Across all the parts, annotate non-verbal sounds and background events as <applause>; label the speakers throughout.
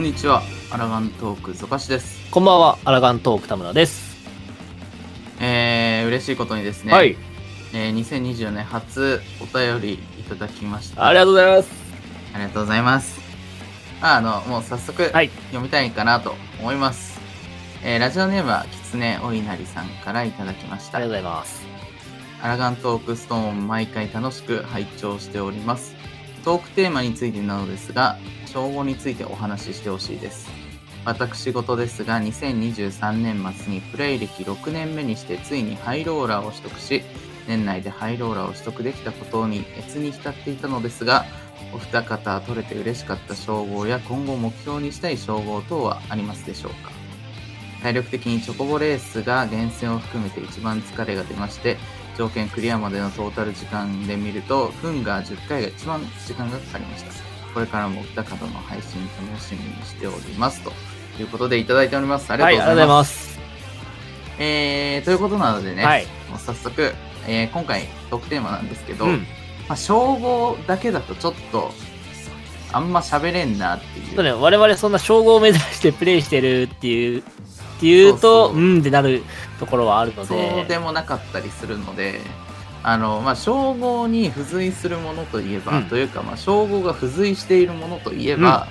Speaker 1: にちはアラガントークゾカシです
Speaker 2: こんばんは、アラガントーク田村です。
Speaker 1: えー、嬉しいことにですね、
Speaker 2: はい、
Speaker 1: えー、2024年初お便りいただきました
Speaker 2: ありがとうございます。
Speaker 1: ありがとうございますああのもう早速読
Speaker 2: はい、
Speaker 1: みたいかなと思います、えーラジオネームはきつねお稲荷さんからいただきまし
Speaker 2: あ
Speaker 1: た
Speaker 2: りがとうございます。
Speaker 1: アラガントークストーン毎回楽しく拝聴しておりますトークテーマについてなのですが称号についてお話ししてほしいです私事ですが2023年末にプレイ歴6年目にしてついにハイローラーを取得し年内でハイローラーを取得できたことに越に浸っていたのですがお二方取れて嬉しかった称号や今後目標にしたい称号等はありますでしょうか体力的にチョコボレースが厳選を含めて一番疲れが出まして条件クリアまでのトータル時間で見ると分が10回が一番時間がかかりましたこれからもお二方の配信楽しみにしておりますということでいただいておりますありが
Speaker 2: は
Speaker 1: と
Speaker 2: いう
Speaker 1: ご
Speaker 2: ありがとう
Speaker 1: ざ
Speaker 2: ご
Speaker 1: いま
Speaker 2: ざい
Speaker 1: す,、
Speaker 2: ます。
Speaker 1: えーということなのでね、
Speaker 2: はい、
Speaker 1: もう早速、えー今回トークテーマなんですけど、
Speaker 2: うん、
Speaker 1: まあ、称号だけだとちょっとあんま喋れんなっていう
Speaker 2: そうね、我々そんな称号を目指してプレイしてるっていう、っていう
Speaker 1: そ
Speaker 2: と、
Speaker 1: ううそうん
Speaker 2: ってなるところはあるの
Speaker 1: そう
Speaker 2: で、
Speaker 1: でもなかったりするのであの、まあ、称号に付随するものといえば、
Speaker 2: うん
Speaker 1: というか、まあ、称号が付随しているものといえば、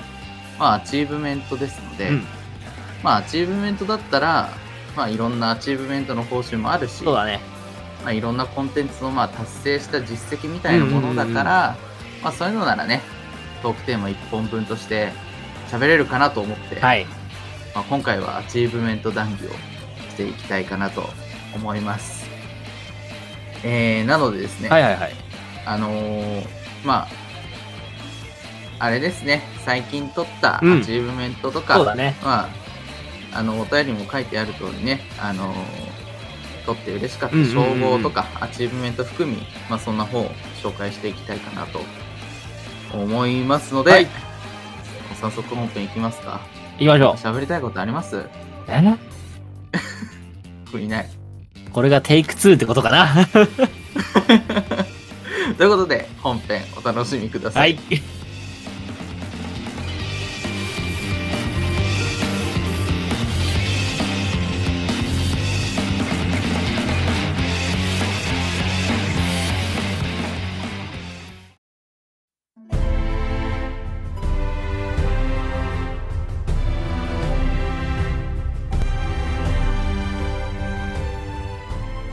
Speaker 1: まあ、アチーブメントですので、
Speaker 2: うん、
Speaker 1: まあ、アチーブメントだったら、まあ、いろんなアチーブメントの報酬もあるし、
Speaker 2: そうだね。
Speaker 1: まあ、いろんなコンテンツのまあ達成した実績みたいなものだから、まあ、そういうのならねトークテーマ1本分として喋れるかなと思って、
Speaker 2: はい、
Speaker 1: まあ、今回はアチーブメント談義をしていきたいかなと思います。えー、なのでですね、
Speaker 2: はいはいはい。
Speaker 1: あのーまああれですね最近撮ったアチ
Speaker 2: うん
Speaker 1: ーブメントとか、
Speaker 2: そうだね。
Speaker 1: まあ、あのお便りも書いてある通りね、あのー取って嬉しかった称号とか、アチーブメント含み、まあ、そんな方を紹介していきたいかなと思いますので、
Speaker 2: はい
Speaker 1: 早速本編いきますか
Speaker 2: 行きましょ
Speaker 1: 喋りたいことあります
Speaker 2: う。え
Speaker 1: 特にない <laughs>
Speaker 2: これがテイク2ってことかな
Speaker 1: ということで本編お楽しみくださ、
Speaker 2: はいい。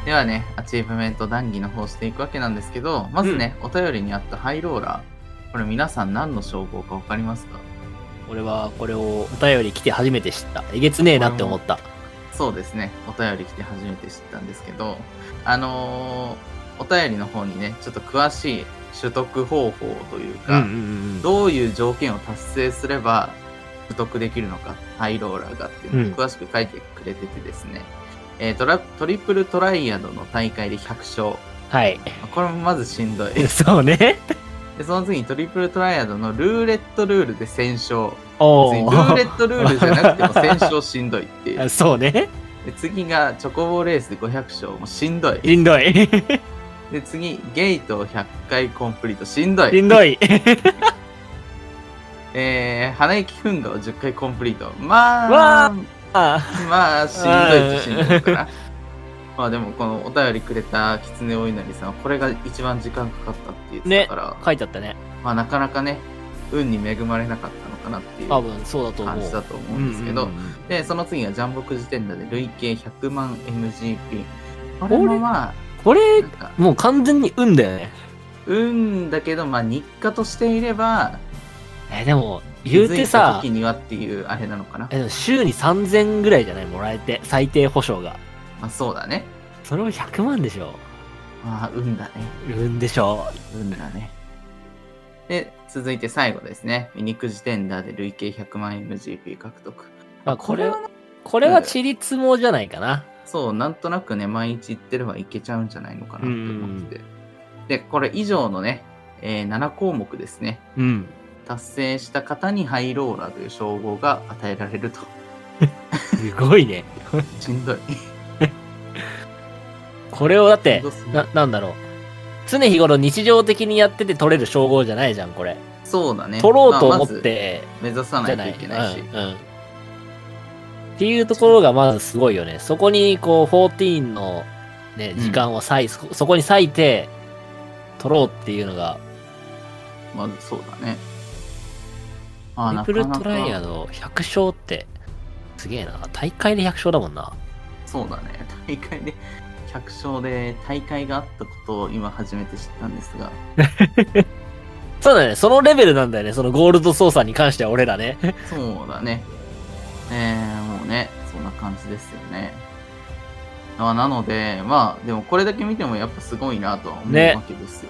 Speaker 1: ではねアチーブメント談義の方していくわけなんですけどまずね、お便りにあったハイローラーこれ皆さん何の称号か分かりますか
Speaker 2: <laughs> 俺はこれをお便り来て初めて知った。えげつねえなって思った。
Speaker 1: そうですねお便り来て初めて知ったんですけどあのーお便りの方にねちょっと詳しい取得方法という
Speaker 2: うん
Speaker 1: か、
Speaker 2: うんうんうん。
Speaker 1: どういう条件を達成すれば取得できるのか、ハイローラーがっていうのを詳しく書いてくれててですね、えートラトリプルトライアドの大会で100勝。
Speaker 2: はい。
Speaker 1: これもまずしんどい。
Speaker 2: そうね。
Speaker 1: で、その次にトリプルトライアドのルーレットルールで1000勝。
Speaker 2: お
Speaker 1: 別にルーレ
Speaker 2: ー
Speaker 1: ットルールじゃなく
Speaker 2: <laughs>
Speaker 1: ても1000勝しんどいっていう。
Speaker 2: そうね。
Speaker 1: で、次がチョコボレースで500勝。もうしんどい。
Speaker 2: しんどい。
Speaker 1: で、次、ゲートを100回コンプリート。しんど
Speaker 2: し
Speaker 1: い。
Speaker 2: んどい。
Speaker 1: えー、花雪噴火を10回コンプリート。まあ、
Speaker 2: わー <laughs> あ
Speaker 1: まあしんどいっちゃしんどいからまあでもこのお便りくれた狐お稲荷さんはこれが一番時間かかったって言ってたから、
Speaker 2: あ、書いてあったね。
Speaker 1: まあなかなかね運に恵まれなかったのかなっていう感
Speaker 2: 多分そうだと思う。
Speaker 1: じだと思うんですけど、
Speaker 2: うんうんうん
Speaker 1: でその次がジャンボク時点で累計100万 MGP これもまあ
Speaker 2: これ
Speaker 1: なん、か
Speaker 2: もう完全に運だよね。
Speaker 1: 運だけどまあ日課としていれば
Speaker 2: え、でも、言う
Speaker 1: 気づ
Speaker 2: て
Speaker 1: いた
Speaker 2: さ
Speaker 1: 時、にはっていうあれなのかな
Speaker 2: えでも週に3000ぐらいじゃないもらえて、最低保証が。
Speaker 1: まあそうだね
Speaker 2: それを100万でしょ。
Speaker 1: まあ運だね
Speaker 2: 運でしょ。
Speaker 1: 運だね。で、続いて最後ですね。ミニクジテンダーで累計100万 MGP 獲得。
Speaker 2: まあ、こ
Speaker 1: こ
Speaker 2: れは、これはチリツモじゃないかな。
Speaker 1: そう、なんとなくね、毎日行ってればいけちゃうんじゃないのかなって思ってて。で、これ以上のね、えー7項目ですね。
Speaker 2: うん。
Speaker 1: 達成した方にハイローラーという称号が与えられると。
Speaker 2: すごいね。
Speaker 1: しんどい。
Speaker 2: これをだって
Speaker 1: しんど、すぎる
Speaker 2: <laughs> な、なんだろう。常日頃日常的にやってて取れる称号じゃないじゃん、これ。
Speaker 1: そうだね。
Speaker 2: 取ろ
Speaker 1: ま
Speaker 2: うと
Speaker 1: あ
Speaker 2: 思
Speaker 1: ま
Speaker 2: っ
Speaker 1: ず
Speaker 2: て、
Speaker 1: 目指さな
Speaker 2: じ
Speaker 1: い
Speaker 2: ゃな
Speaker 1: と
Speaker 2: い
Speaker 1: いけないし。
Speaker 2: うんうんっていうところがまずすごいよね。そこにこう14の、ね、
Speaker 1: うん
Speaker 2: 時間を割い、そこそこに割いて取ろうっていうのが、
Speaker 1: まずそうだね。あ
Speaker 2: トリプルトライア
Speaker 1: ル。
Speaker 2: の100勝ってすげえな。大会で100勝だもんな。
Speaker 1: そうだね。 <laughs> 大会で、100勝で大会があったことを今初めて知ったんですが。
Speaker 2: そうだね。そのレベルなんだよね。そのゴールド操作に関しては俺
Speaker 1: <laughs>
Speaker 2: らね。
Speaker 1: そうだね。えー、もうね、そんな感じですよね。あなので、まあ、でもこれだけ見てもやっぱすごいなとは思う
Speaker 2: ね
Speaker 1: わけですよ。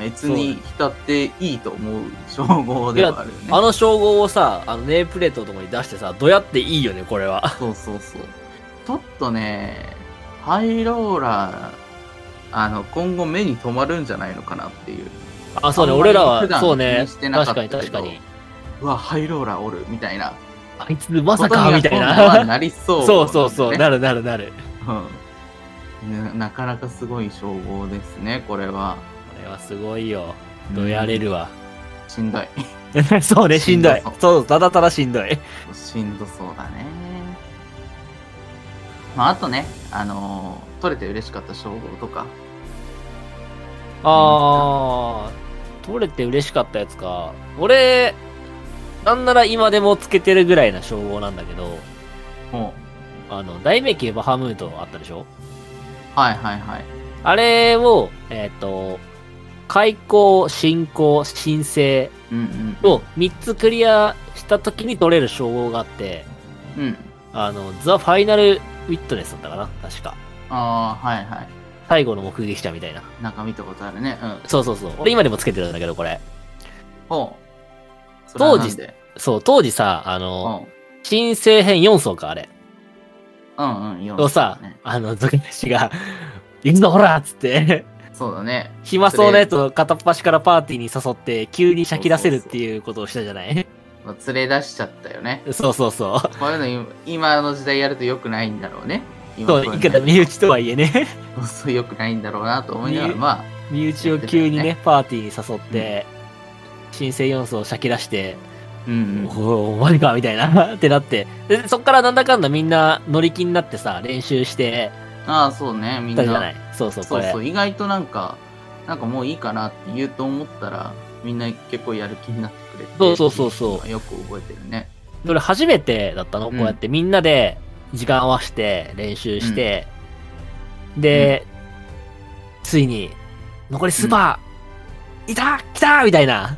Speaker 1: 別に浸っていいと思う称号ではあるよね。
Speaker 2: あの称号をさ、あのネームプレートともに出してさ、どうやっていいよね、これは。
Speaker 1: そうそうそう。ちょっとね、ハイローラー、あの、今後目に留まるんじゃないのかなっていう。
Speaker 2: あ、そうね。
Speaker 1: あんまり
Speaker 2: 俺らは
Speaker 1: 普、段
Speaker 2: そうね
Speaker 1: 気にして。なか
Speaker 2: 確
Speaker 1: った
Speaker 2: か
Speaker 1: けど
Speaker 2: に確かに。
Speaker 1: うわ、ハイローラーおる、みたいな。
Speaker 2: あいつま
Speaker 1: こ
Speaker 2: さ
Speaker 1: と
Speaker 2: か
Speaker 1: には
Speaker 2: みたい
Speaker 1: 今度は
Speaker 2: な。
Speaker 1: なりそう、
Speaker 2: そうそうそう。
Speaker 1: ね
Speaker 2: なるなるなる。
Speaker 1: うんねなかなかすごい称号ですね、これは。
Speaker 2: これはすごいよ。どやれるわ。
Speaker 1: うん。しんどい。
Speaker 2: そうね、しんど <laughs> い
Speaker 1: しんどそう。
Speaker 2: そう、ただただしんどい。
Speaker 1: しんどそうだね。まあ、あとね、あのー取れて嬉しかった称号とか。
Speaker 2: あー、取れて嬉しかったやつか。俺、なんなら今でもつけてるぐらいな称号なんだけど、
Speaker 1: も
Speaker 2: あの、大名家バハムートあったでしょ
Speaker 1: う、はいはいはい。
Speaker 2: あれを、えっ、と、開校、進行、申請
Speaker 1: うん
Speaker 2: を3つクリアした時に取れる称号があって、
Speaker 1: うん。うん。
Speaker 2: あの、ザ・ファイナル・ウィットネスだったかな確か。
Speaker 1: ああ、はいはい。
Speaker 2: 最後の目撃者みたいな。
Speaker 1: なんか見たことあるね。うん。
Speaker 2: そうそうそう。俺今でもつけてるんだけど、これ。
Speaker 1: ほう。それはなんで
Speaker 2: そう、当時さ、あ
Speaker 1: う
Speaker 2: の、
Speaker 1: ん。
Speaker 2: 新生編4層か、あれ。
Speaker 1: うんうん、よ
Speaker 2: をさ、
Speaker 1: ね
Speaker 2: あの、ゾケネシが、行くぞ、ほらっつ
Speaker 1: <laughs>
Speaker 2: って、
Speaker 1: そうだね。
Speaker 2: 暇そうなやつを片っ端からパーティーに誘って、急にしゃき出せるっていうことをしたじゃない
Speaker 1: 連れ出しちゃったよね。
Speaker 2: そうそうそう。
Speaker 1: こういうの今今の時代やると良くないんだろうね。今
Speaker 2: そう、
Speaker 1: こう
Speaker 2: い
Speaker 1: い
Speaker 2: く
Speaker 1: う
Speaker 2: ら
Speaker 1: の
Speaker 2: 身内とはいえね、
Speaker 1: <laughs> そうそう良くないんだろうなと思いながら、
Speaker 2: ね
Speaker 1: ま
Speaker 2: 身内を急に
Speaker 1: やってたよ
Speaker 2: ね、パーティーに誘って、新生4層をしゃき出して、
Speaker 1: あ、うんうん。
Speaker 2: おお、マジかみたいな、ってなって。で、そっからなんだかんだみんな乗り気になってさ、練習して
Speaker 1: ああ、そうね、みん
Speaker 2: たじゃ
Speaker 1: な
Speaker 2: ない。そうそう、こ
Speaker 1: そう
Speaker 2: れ。
Speaker 1: そう、意外となんか、なんかもういいかなって言うと思ったら、みんな結構やる気になってくれて。
Speaker 2: そうそうそうそう
Speaker 1: よく覚えてるね。
Speaker 2: それ初めてだったの、
Speaker 1: うん
Speaker 2: こうやってみんなで時間合わせて練習して、で、ついに残りスーパー、いた来たみたいなっ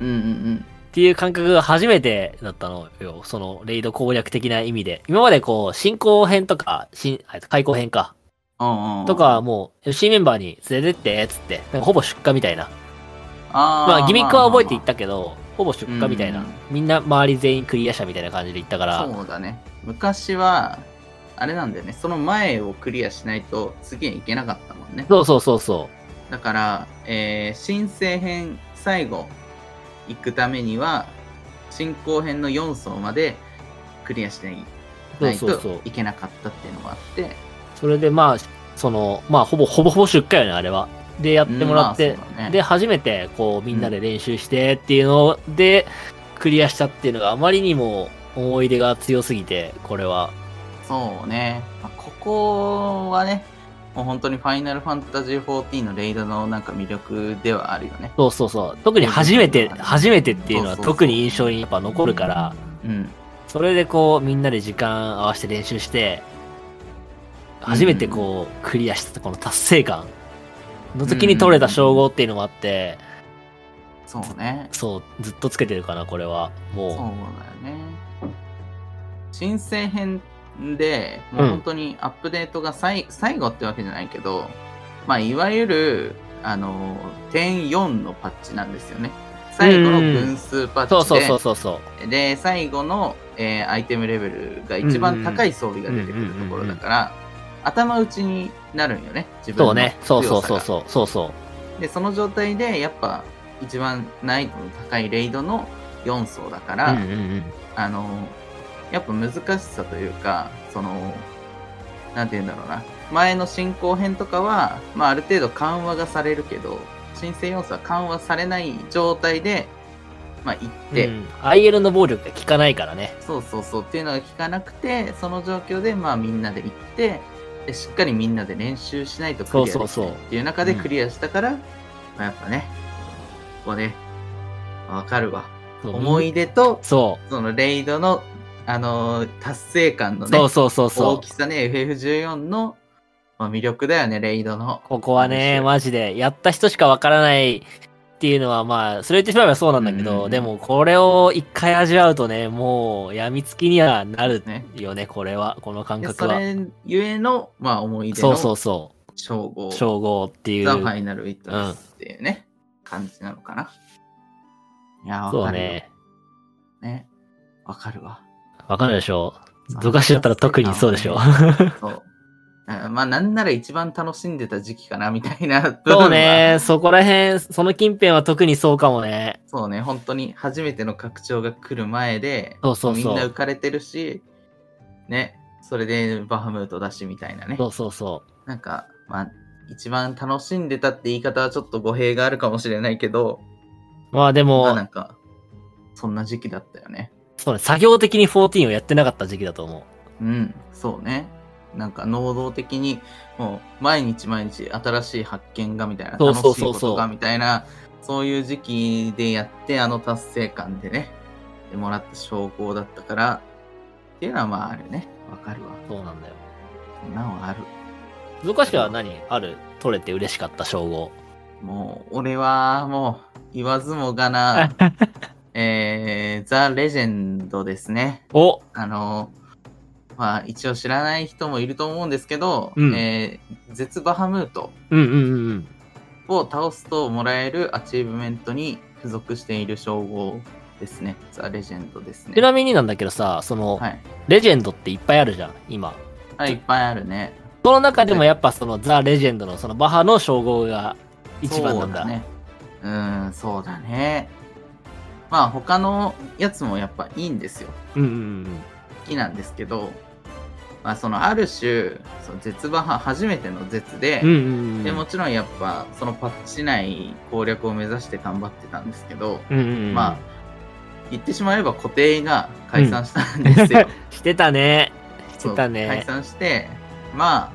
Speaker 1: うんうんうん。
Speaker 2: ていう感覚が初めてだったのよ。そのレイド攻略的な意味で。今までこう、進行編とか、新、あ開口編か。
Speaker 1: うんうん、
Speaker 2: とか、もう、FC メンバーに連れてって、つって。なんかほぼ出荷みたいな。
Speaker 1: あー、
Speaker 2: まあ、ギミックは覚えていっ
Speaker 1: ま
Speaker 2: たけど、ほぼ出荷みたいな。
Speaker 1: うん
Speaker 2: みんな周り全員クリア者みたいな感じで行ったか
Speaker 1: あまあ
Speaker 2: ら。
Speaker 1: そうだね。昔は、あれなんだよね。その前をクリアしないと次へ行けなかったもんね。
Speaker 2: そうそうそうそう。
Speaker 1: だから、えー、新生編最後行くためには、進行編の4層までクリアして
Speaker 2: そ
Speaker 1: な
Speaker 2: う
Speaker 1: い
Speaker 2: そうそう
Speaker 1: といけなかったっていうのがあって、
Speaker 2: それでまあ、その、まあ、ほぼ、ほぼほぼ出荷よね、あれは。で、やってもらって、
Speaker 1: うんまあそうだね
Speaker 2: で、初めて、こう、みんなで練習してっていうので、クリアしたっていうのがあまりにも思い出が強すぎて、これは。
Speaker 1: そうね、まあここはね、もう本当にファイナルファンタジー14のレイドのなんか魅力ではあるよね。
Speaker 2: そうそうそう。特に初めて、
Speaker 1: そうだね
Speaker 2: 初めてっていうのは
Speaker 1: そうそうそう
Speaker 2: 特に印象にやっぱ残るから、
Speaker 1: うん。
Speaker 2: それでこう、みんなで時間合わせて練習して、初めてこう、クリアしたこの達成感の時に取れた称号っていうのもあって、
Speaker 1: そうね。
Speaker 2: そう、ずっとつけてるかな、これは。もう。
Speaker 1: そうだよね。新生編で、もう本当にアップデートがさい、最後ってわけじゃないけど、まあ、いわゆる、あの、点4のパッチなんですよね。最後の分数パッチで、
Speaker 2: そうそうそうそうそう。
Speaker 1: で最後の、えーアイテムレベルが一番高い装備が出てくるところだから頭打ちになるんよね自分の
Speaker 2: そうね。そうそうそう
Speaker 1: う
Speaker 2: そう。そうそ
Speaker 1: でその状態でやっぱ一番難易度の高いレイドの4層だか
Speaker 2: う。う
Speaker 1: ら、
Speaker 2: んうんうん。
Speaker 1: あのやっぱ難しさというかそのなんて言うんだろうな前の進行編とかは、まあ、ある程度緩和がされるけど新生4層は緩和されない状態でまあ、行っ
Speaker 2: う
Speaker 1: て、
Speaker 2: ん、IL の暴力が効かないからね。
Speaker 1: そうそうそうっていうのが聞かなくてその状況でまあみんなで行ってでしっかりみんなで練習しないとクリアでき
Speaker 2: そ
Speaker 1: な
Speaker 2: うそう
Speaker 1: い
Speaker 2: そう
Speaker 1: っていう中でクリアしたから、まあ、やっぱねこうねわかるわ
Speaker 2: そう
Speaker 1: 思い出と
Speaker 2: そ
Speaker 1: そのレイドのあのー達成感の
Speaker 2: う。
Speaker 1: ね
Speaker 2: そうそうそうそう
Speaker 1: 大き。さね FF14 の、まあ、魅力だよねレイドの
Speaker 2: ここは
Speaker 1: 面白
Speaker 2: ね、
Speaker 1: い
Speaker 2: マジで、やった人しかわからないっていうのは、まあ、それ言ってしまえばそうなんだ
Speaker 1: うん
Speaker 2: け
Speaker 1: うん
Speaker 2: ど、
Speaker 1: うん
Speaker 2: でも、これを一回味わうとね、もう、やみつきにはなる
Speaker 1: ね
Speaker 2: よね、これは、この感
Speaker 1: で
Speaker 2: 覚
Speaker 1: そ
Speaker 2: は。
Speaker 1: れゆえの、まあ、思い出
Speaker 2: そ
Speaker 1: の
Speaker 2: うそうそ
Speaker 1: 称号
Speaker 2: う、称号っていう。
Speaker 1: ザ・ファイナル・ウィットネスっていうね、感じなのかな。いや、わ
Speaker 2: そ
Speaker 1: か
Speaker 2: う
Speaker 1: るよ
Speaker 2: ね。
Speaker 1: ね。わかるわ。
Speaker 2: わかるでしょドカシだったら特にそうでしょ。
Speaker 1: そう。あまあ、なんなら一番楽しんでた時期かな、みたいな部分は。
Speaker 2: <laughs> そうね、そこら辺、その近辺は特にそうかもね。
Speaker 1: そうね、本当に初めての拡張が来る前で、
Speaker 2: そうそうそう
Speaker 1: みんな浮かれてるし、ね、それでバハムートだし、みたいなね。
Speaker 2: そうそうそ
Speaker 1: なんか、まあ、一番楽しんでたって言い方はちょっと語弊があるかもしれないけど、
Speaker 2: う。まあで
Speaker 1: まあ
Speaker 2: も
Speaker 1: な、んか、そんな時期だったよね。
Speaker 2: そうね、作業的に14をやってなかった時期だと思う。
Speaker 1: うん、そうね。なんか能動的に、もう毎日毎日新しい発見がみたいな、
Speaker 2: そう
Speaker 1: 楽
Speaker 2: そう
Speaker 1: しい
Speaker 2: そうそう
Speaker 1: ことがみたいな、そういう時期でやって、あの達成感でね、でもらった証拠だったから、っていうのはまああるね。わかるわ。
Speaker 2: そうなんだよ。
Speaker 1: そんなのある。
Speaker 2: ドカシは何ある取れて嬉しかった称号。
Speaker 1: もう、俺はもう、言わずもが
Speaker 2: <laughs>
Speaker 1: な、えー、ザ・レジェンドですね。
Speaker 2: お
Speaker 1: あの、まあ一応知らない人もいると思うんですけど、
Speaker 2: うん
Speaker 1: えー絶バハムート
Speaker 2: うんうんうんうん。
Speaker 1: を倒すともらえるアチーブメントに付属している称号ですね。ザ・レジェンドです
Speaker 2: ち
Speaker 1: ね。
Speaker 2: なみになんだけどさ、その、
Speaker 1: はい。
Speaker 2: レジェンドっていっぱいあるじゃん、今。
Speaker 1: はい、いっぱいあるね。
Speaker 2: その中でもやっぱそのザ・レジェンドのそのバハの称号が一番なんだ。
Speaker 1: そうね。うーん、そうだね。まあ他のやつもやっぱいいんですよ。
Speaker 2: うんうんうん。
Speaker 1: 好きなんですけど、まあそのある種、その絶バハ初めての絶で、
Speaker 2: うんうんうん。
Speaker 1: でもちろんやっぱそのパッチ内攻略を目指して頑張ってたんですけど、
Speaker 2: うんうんうん、
Speaker 1: まあ言ってしまえば固定が解散したんです <laughs> よ。
Speaker 2: してたね。し
Speaker 1: そう
Speaker 2: てた
Speaker 1: 解
Speaker 2: ね。
Speaker 1: 散してま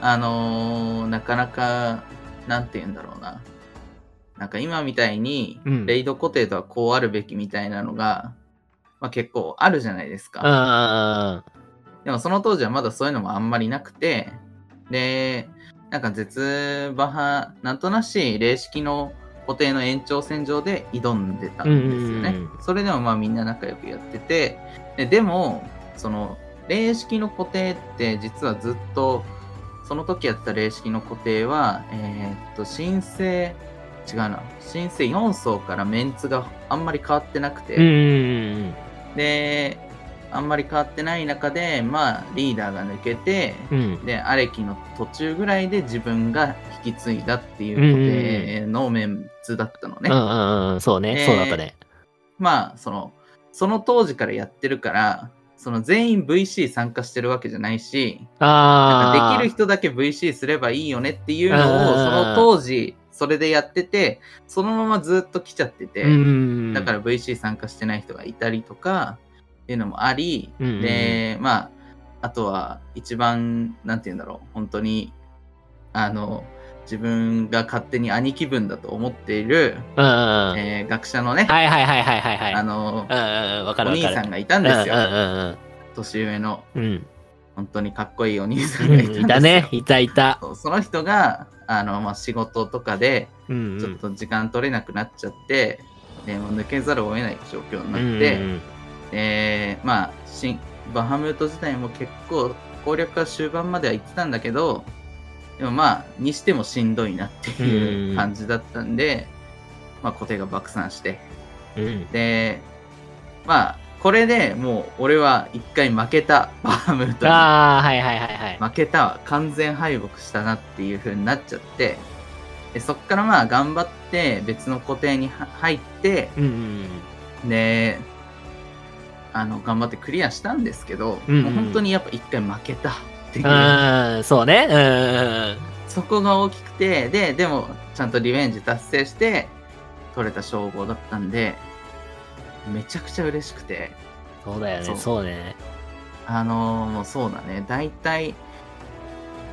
Speaker 1: ああのーなかなかなんて言うんだろうななんか今みたいに
Speaker 2: うん
Speaker 1: レイド固定とはこうあるべきみたいなのが、まあ、結構あるじゃないですか。
Speaker 2: うんうんうん。
Speaker 1: でもその当時はまだそういうのもあんまりなくて、で、なんか絶バハ、なんとなし霊式の固定の延長線上で挑んでたんですよね。
Speaker 2: うんうんう
Speaker 1: それでもまあみんな仲良くやってて、ででも、その霊式の固定って実はずっと、その時やってた霊式の固定は、えーっと、申請、違うな、申請4層からメンツがあんまり変わってなくて、
Speaker 2: うんうんうん
Speaker 1: であんまり変わってない中でまあリーダーが抜けて、
Speaker 2: うん。うん。
Speaker 1: でアレキの途中ぐらいで自分が引き継いだっていう固定のメンツだったのね、
Speaker 2: うんうんうん。そうね。
Speaker 1: えー
Speaker 2: そうだったね。
Speaker 1: まあそのその当時からやってるからその全員 VC 参加してるわけじゃないしなん
Speaker 2: あ
Speaker 1: か
Speaker 2: あ。
Speaker 1: できる人だけ VC すればいいよねっていうのを
Speaker 2: うん
Speaker 1: その当時それでやっててそのままずっと来ちゃってて、
Speaker 2: うんうんうん。
Speaker 1: だから VC 参加してない人がいたりとかっていうのもあり、
Speaker 2: うんうんうん
Speaker 1: で、まあ、あとは一番、なんて言うんだろう、本当に、あの、自分が勝手に兄貴分だと思っている、
Speaker 2: うんうんうん。
Speaker 1: えー学者のね、
Speaker 2: はいはいはいはいはいはい。
Speaker 1: あの、
Speaker 2: うんうんうん。わかる
Speaker 1: お
Speaker 2: わ
Speaker 1: 兄
Speaker 2: かる。
Speaker 1: さんがいたんですよ、
Speaker 2: うんうん
Speaker 1: 年上の、
Speaker 2: うんうん。
Speaker 1: 本当にかっこいいお兄さんが
Speaker 2: う
Speaker 1: いたん
Speaker 2: ん。
Speaker 1: ですよ。
Speaker 2: い
Speaker 1: <laughs>
Speaker 2: たね。いたいた。
Speaker 1: そうその人が、あの、まあ、仕事とかで、
Speaker 2: うんうん。
Speaker 1: ちょっと時間取れなくなっちゃって、でもう抜けざるを得ない状況になって、
Speaker 2: うんうんうん
Speaker 1: えーまあ新バハムート自体も結構攻略は終盤までは行ってたんだけどでもまあにしてもしんどいなって
Speaker 2: うんう
Speaker 1: い
Speaker 2: ん
Speaker 1: う感じだったんで、まあ、固定が爆散して
Speaker 2: うん
Speaker 1: でまあこれでもう俺は一回負けたバハムートに
Speaker 2: ああ、はいはいはいはい。
Speaker 1: 負けたわ完全敗北したなっていう風になっちゃってでそっからまあ頑張って別の固定には入って
Speaker 2: うんうん
Speaker 1: であの頑張ってクリアしたんですけど、
Speaker 2: うんうん。
Speaker 1: もう本当にやっぱ一回負けたっていううん
Speaker 2: うん、そうね。うん
Speaker 1: そこが大きくてででもちゃんとリベンジ達成して取れた称号だったんでめちゃくちゃ嬉しくて、
Speaker 2: そうだよね
Speaker 1: そ
Speaker 2: そううね
Speaker 1: あのーもうそうだね、大体、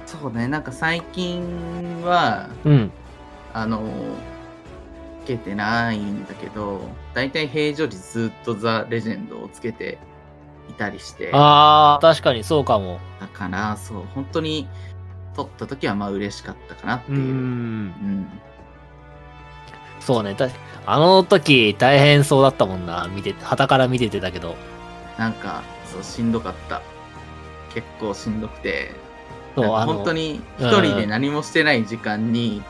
Speaker 1: そうね、なんか最近は、
Speaker 2: うん
Speaker 1: あのーつけてないんだけど、大体平常時ずっとザ・レジェンドをつけていたりして、だ
Speaker 2: あー確かにそうかも
Speaker 1: から、そう、本当に、撮った時はまあ嬉しかったかなって
Speaker 2: う
Speaker 1: いう。
Speaker 2: ん
Speaker 1: うん
Speaker 2: そうねたあの時大変そうだったもんな見て旗から見ててたけど
Speaker 1: なんかそうしんどかった結構しんどくて
Speaker 2: そう
Speaker 1: なん
Speaker 2: あ
Speaker 1: か
Speaker 2: の
Speaker 1: 本当に
Speaker 2: うん
Speaker 1: 一人で何もしてない時間に、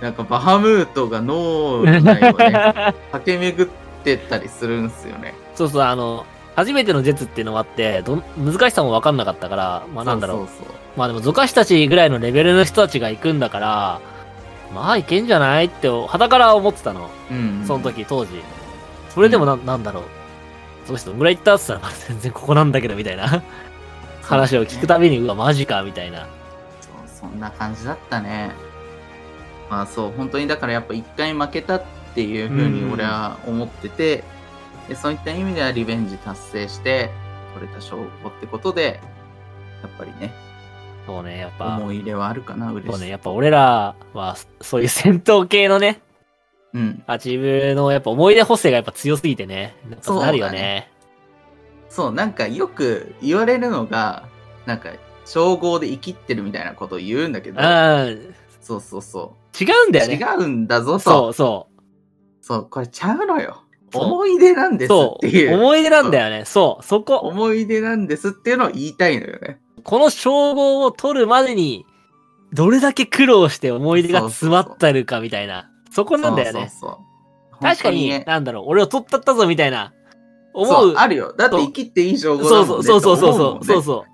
Speaker 1: なんかバハムートが
Speaker 2: <laughs>
Speaker 1: 脳内をね駆け巡ってったりするんですよね
Speaker 2: そうそうあの初めてのジェツっていうのもあってどん難しさも分かんなかったからまあなんだろう
Speaker 1: そうそうそ
Speaker 2: まあでも、ゾカシたちぐらいのレベルの人たちが行くんだから、まあいけんじゃないって、肌から思ってたの。
Speaker 1: う、うん、
Speaker 2: その時、当時。それでもな、なんだろう。その人、どんぐらい行ったって言ったら、まあ全然ここなんだけど、みたいな。話を聞くたびに、うわ、マジか、みたいな。
Speaker 1: そうそんな感じだったねまあそう本当にだからやっぱ一回負けたっていうふうに俺は思ってて、でそういった意味ではリベンジ達成して取れた証拠ってことでやっぱりね
Speaker 2: そうね、やっぱ。
Speaker 1: 思い入れはあるかな嬉しい
Speaker 2: そうね、やっぱ俺らは、そそういう戦闘系のね、
Speaker 1: うん
Speaker 2: アチーブの、やっぱ思い出補正がやっぱ強すぎてね、なんかなるよね。
Speaker 1: そうなんかよく言われるのがなんか称号で生きってるみたいなことを言うんだけ
Speaker 2: う
Speaker 1: ど
Speaker 2: ん。
Speaker 1: そうそうそ
Speaker 2: 違うん
Speaker 1: う
Speaker 2: だよね。
Speaker 1: 違うんだぞとそ
Speaker 2: そううそう。
Speaker 1: これちゃうのよ
Speaker 2: そう
Speaker 1: 思い出なんですっ
Speaker 2: そ
Speaker 1: ていう
Speaker 2: う、思い出なんだよね。そう、そこ。
Speaker 1: 思い出なんですっていうのを言いたいのよね。
Speaker 2: この称号を取るまでに、どれだけ苦労して思い出が詰まってるかみたいな。そこなんだよね。
Speaker 1: そうそうそう
Speaker 2: 確かに、
Speaker 1: 本当ね
Speaker 2: なんだろう、俺を取ったったぞみたいな。思
Speaker 1: そう
Speaker 2: う。
Speaker 1: あるよ。だって生きっていい称号
Speaker 2: そ
Speaker 1: だ
Speaker 2: うそ
Speaker 1: もん
Speaker 2: う
Speaker 1: ね。
Speaker 2: そうそうそうそ
Speaker 1: と
Speaker 2: う。そう
Speaker 1: 思
Speaker 2: そ
Speaker 1: もん
Speaker 2: う
Speaker 1: ね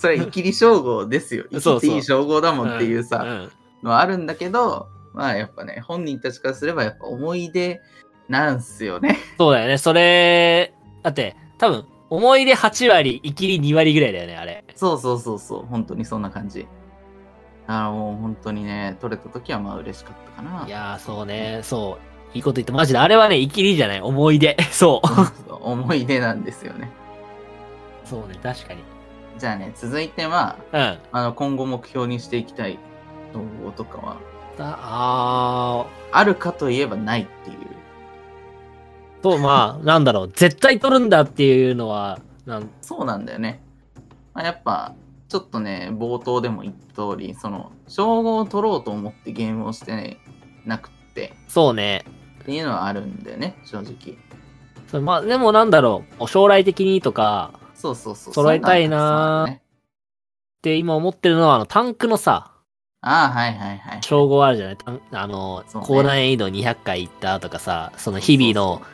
Speaker 1: それ生きり称号ですよ。
Speaker 2: そう
Speaker 1: 生
Speaker 2: そう
Speaker 1: きていい称号だもんっていう
Speaker 2: う
Speaker 1: さ、
Speaker 2: ん。
Speaker 1: のはあるんだけど、まあやっぱね、本人たちからすればやっぱ思い出なんすよね。
Speaker 2: そうだよね。それ、だって、多分、思い出8割、生きり2割ぐらいだよね、あれ。
Speaker 1: そうそうそうそう、本当にそんな感じ。だからもう本当にね、取れた時はまあ嬉しかったかな。
Speaker 2: いやー、そうね、そう。いいこと言って、マジで、あれはね、生きりじゃない、思い出。 <laughs> そ
Speaker 1: そう思い出なんですよね。
Speaker 2: う。そうね、確かに。
Speaker 1: じゃあね、続いては、
Speaker 2: うん。
Speaker 1: あの今後目標にしていきたい統合とかは
Speaker 2: あー、
Speaker 1: あるかといえばないっていう
Speaker 2: そう、まあ、なんだろう、絶対取るんだっていうのは、なん
Speaker 1: そうなんだよね、まあ、やっぱちょっとね冒頭でも言った通りその称号を取ろうと思ってゲームをして、なくて
Speaker 2: そうね。
Speaker 1: っていうのはあるんだよね正直
Speaker 2: そうまあ、でもなんだろう、将来的にとか、
Speaker 1: そうそうそう
Speaker 2: 揃えたいなー
Speaker 1: そういうのはたくさんあるね
Speaker 2: って今思ってるのは、あの、タンクのさ、
Speaker 1: ああはいはいはい
Speaker 2: 称号あるじゃないタンあの、
Speaker 1: そうね
Speaker 2: 高難易度200回行ったとかさ、その日々
Speaker 1: そう
Speaker 2: の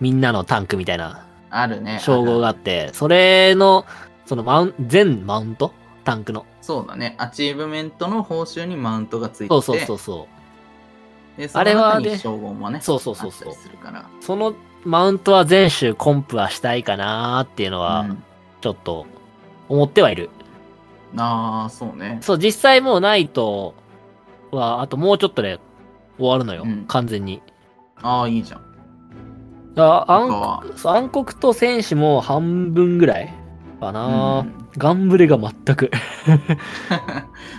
Speaker 2: みんなのタンクみたいな
Speaker 1: あるね
Speaker 2: 称号があ
Speaker 1: ある
Speaker 2: って、それの、そのマウン、全マウントタンクの。
Speaker 1: そうだねアチーブメントの報酬にマウントがついてて
Speaker 2: そうそうそうそ
Speaker 1: で
Speaker 2: あれはね
Speaker 1: その中に称号もね
Speaker 2: う。そうそうそう
Speaker 1: あ
Speaker 2: そう
Speaker 1: った。りするから
Speaker 2: そのマウントは全種コンプはしたいかなーっていうのは、
Speaker 1: うん
Speaker 2: ちょっと思ってはいる。
Speaker 1: ああそうね
Speaker 2: そう、実際もうないとは、あともうちょっとで終わるのよ、
Speaker 1: うん
Speaker 2: 完全に。
Speaker 1: ああいいじゃん
Speaker 2: あ
Speaker 1: 他
Speaker 2: 暗
Speaker 1: は
Speaker 2: そう暗黒と戦士も半分ぐらいかな、
Speaker 1: うん <laughs>
Speaker 2: ガンブレが全く。 <laughs>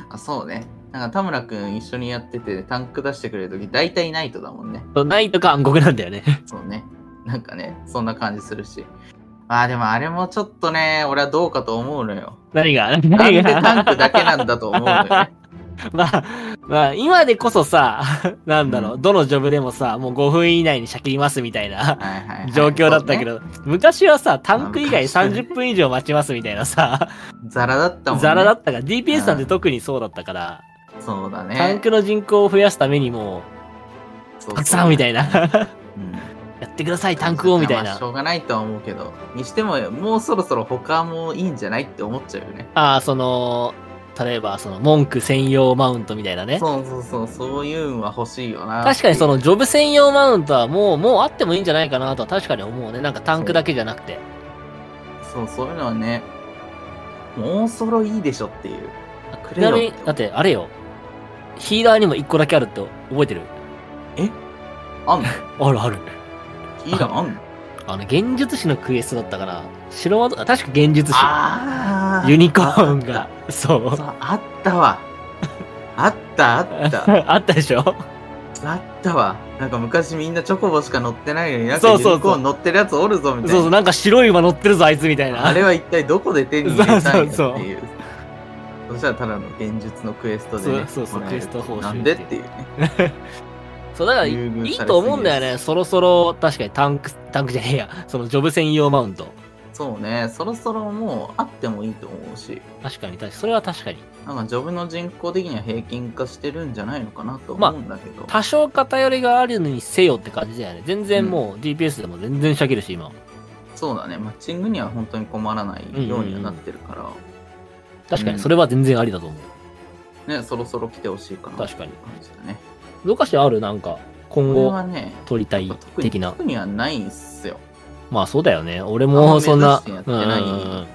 Speaker 1: あそうね。なんか田村くん一緒にやっててタンク出してくれるとき大体ナイトだもんね。
Speaker 2: そうないとか暗黒なんだよね。 <laughs>
Speaker 1: そうね。なんかね、そんな感じするし。ああ、でもあれもちょっとね、俺はどうかと思うのよ。
Speaker 2: 何が
Speaker 1: なん
Speaker 2: 何
Speaker 1: で
Speaker 2: が <laughs>
Speaker 1: タンクだけなんだと思うのよね。
Speaker 2: まあ、まあ、今でこそさ、 <laughs> なんだろう、
Speaker 1: うん
Speaker 2: どのジョブでもさ、もう5分以内にしゃきりますみたいな。
Speaker 1: はいはいはい、
Speaker 2: 状況だったけ
Speaker 1: ど。
Speaker 2: ど、昔はさ、タンク以外
Speaker 1: 昔はね
Speaker 2: 30分以上待ちますみたいなさ、
Speaker 1: ザラだったもんね。
Speaker 2: ザラだったから、DPS なんて特にそうだったから、
Speaker 1: そうだね。
Speaker 2: タンクの人口を増やすためにもう、たくさんみたい
Speaker 1: な。
Speaker 2: な、 <laughs>
Speaker 1: うん
Speaker 2: やってください、タンクをみたい
Speaker 1: まあ
Speaker 2: な
Speaker 1: し。ょうがないとは思うけど。にしても、もうそろそろ他もいいんじゃないって思っちゃうよね。
Speaker 2: ああ、その、例えば、その、文句専用マウントみたいなね。
Speaker 1: そうそうそう、そういうのは欲しいよな。
Speaker 2: 確かにそのジョブ専用マウントはもう、もうあってもいいんじゃないかなとは確かに思うね。なんかタンクだけじゃなくて。
Speaker 1: そう、そういうのはね、もうそろいいでしょっていう。く
Speaker 2: ちなみ
Speaker 1: れよ
Speaker 2: に、だってあれよ、ヒーラーにも1個だけあるって覚えてる
Speaker 1: あんの
Speaker 2: あるある。 <laughs>
Speaker 1: いいランあんの
Speaker 2: あの、幻術師のクエストだったから、白技、あ確か幻術師。
Speaker 1: ああ
Speaker 2: ユニコーンが。そう。
Speaker 1: そうあったわあったあった
Speaker 2: あったでしょ
Speaker 1: あったわなんか昔みんなチョコボしか乗ってないのになんか
Speaker 2: そ
Speaker 1: ユ
Speaker 2: うそうそう
Speaker 1: ニコーン乗ってるやつおるぞみたいな
Speaker 2: そうそう、なんか白い馬乗ってるぞ、あいつみたいな。
Speaker 1: あれは一体どこで手に入れたんやっていう。
Speaker 2: そ
Speaker 1: そう
Speaker 2: そう
Speaker 1: したらただの現実のクエストでね。
Speaker 2: そうそうそ
Speaker 1: も
Speaker 2: う
Speaker 1: らえる
Speaker 2: クエスト報酬
Speaker 1: なんでっていうね。
Speaker 2: そう、だから、い
Speaker 1: 優遇されすぎ
Speaker 2: いと思うんだよね。そろそろ、確かにタンク、タンクじゃねえや。そのジョブ専用マウント。
Speaker 1: そうね、そろそろもうあってもいいと思うし、
Speaker 2: 確かに、確かに。それは確かに。
Speaker 1: なんかジョブの人口的には平均化してるんじゃないのかなと思うんだけど。
Speaker 2: 多少偏りがあるのにせよって感じだよね。全然もう DPS でも全然しゃけるし、今。
Speaker 1: そうだね、マッチングには本当に困らないようにはなってるから、
Speaker 2: 確かに、それは全然ありだと思う。
Speaker 1: ね、そろそろ来てほしいかなって
Speaker 2: 確かに。
Speaker 1: 感じだね。
Speaker 2: どうかしらあるなんか、
Speaker 1: こ
Speaker 2: 今
Speaker 1: れ
Speaker 2: 後
Speaker 1: はね、
Speaker 2: 取りたい
Speaker 1: 特に
Speaker 2: 的な
Speaker 1: 特。にはないんすよ。
Speaker 2: まあそうだよね。俺
Speaker 1: あんま
Speaker 2: もそんな。
Speaker 1: 目指してやってない
Speaker 2: うん
Speaker 1: っ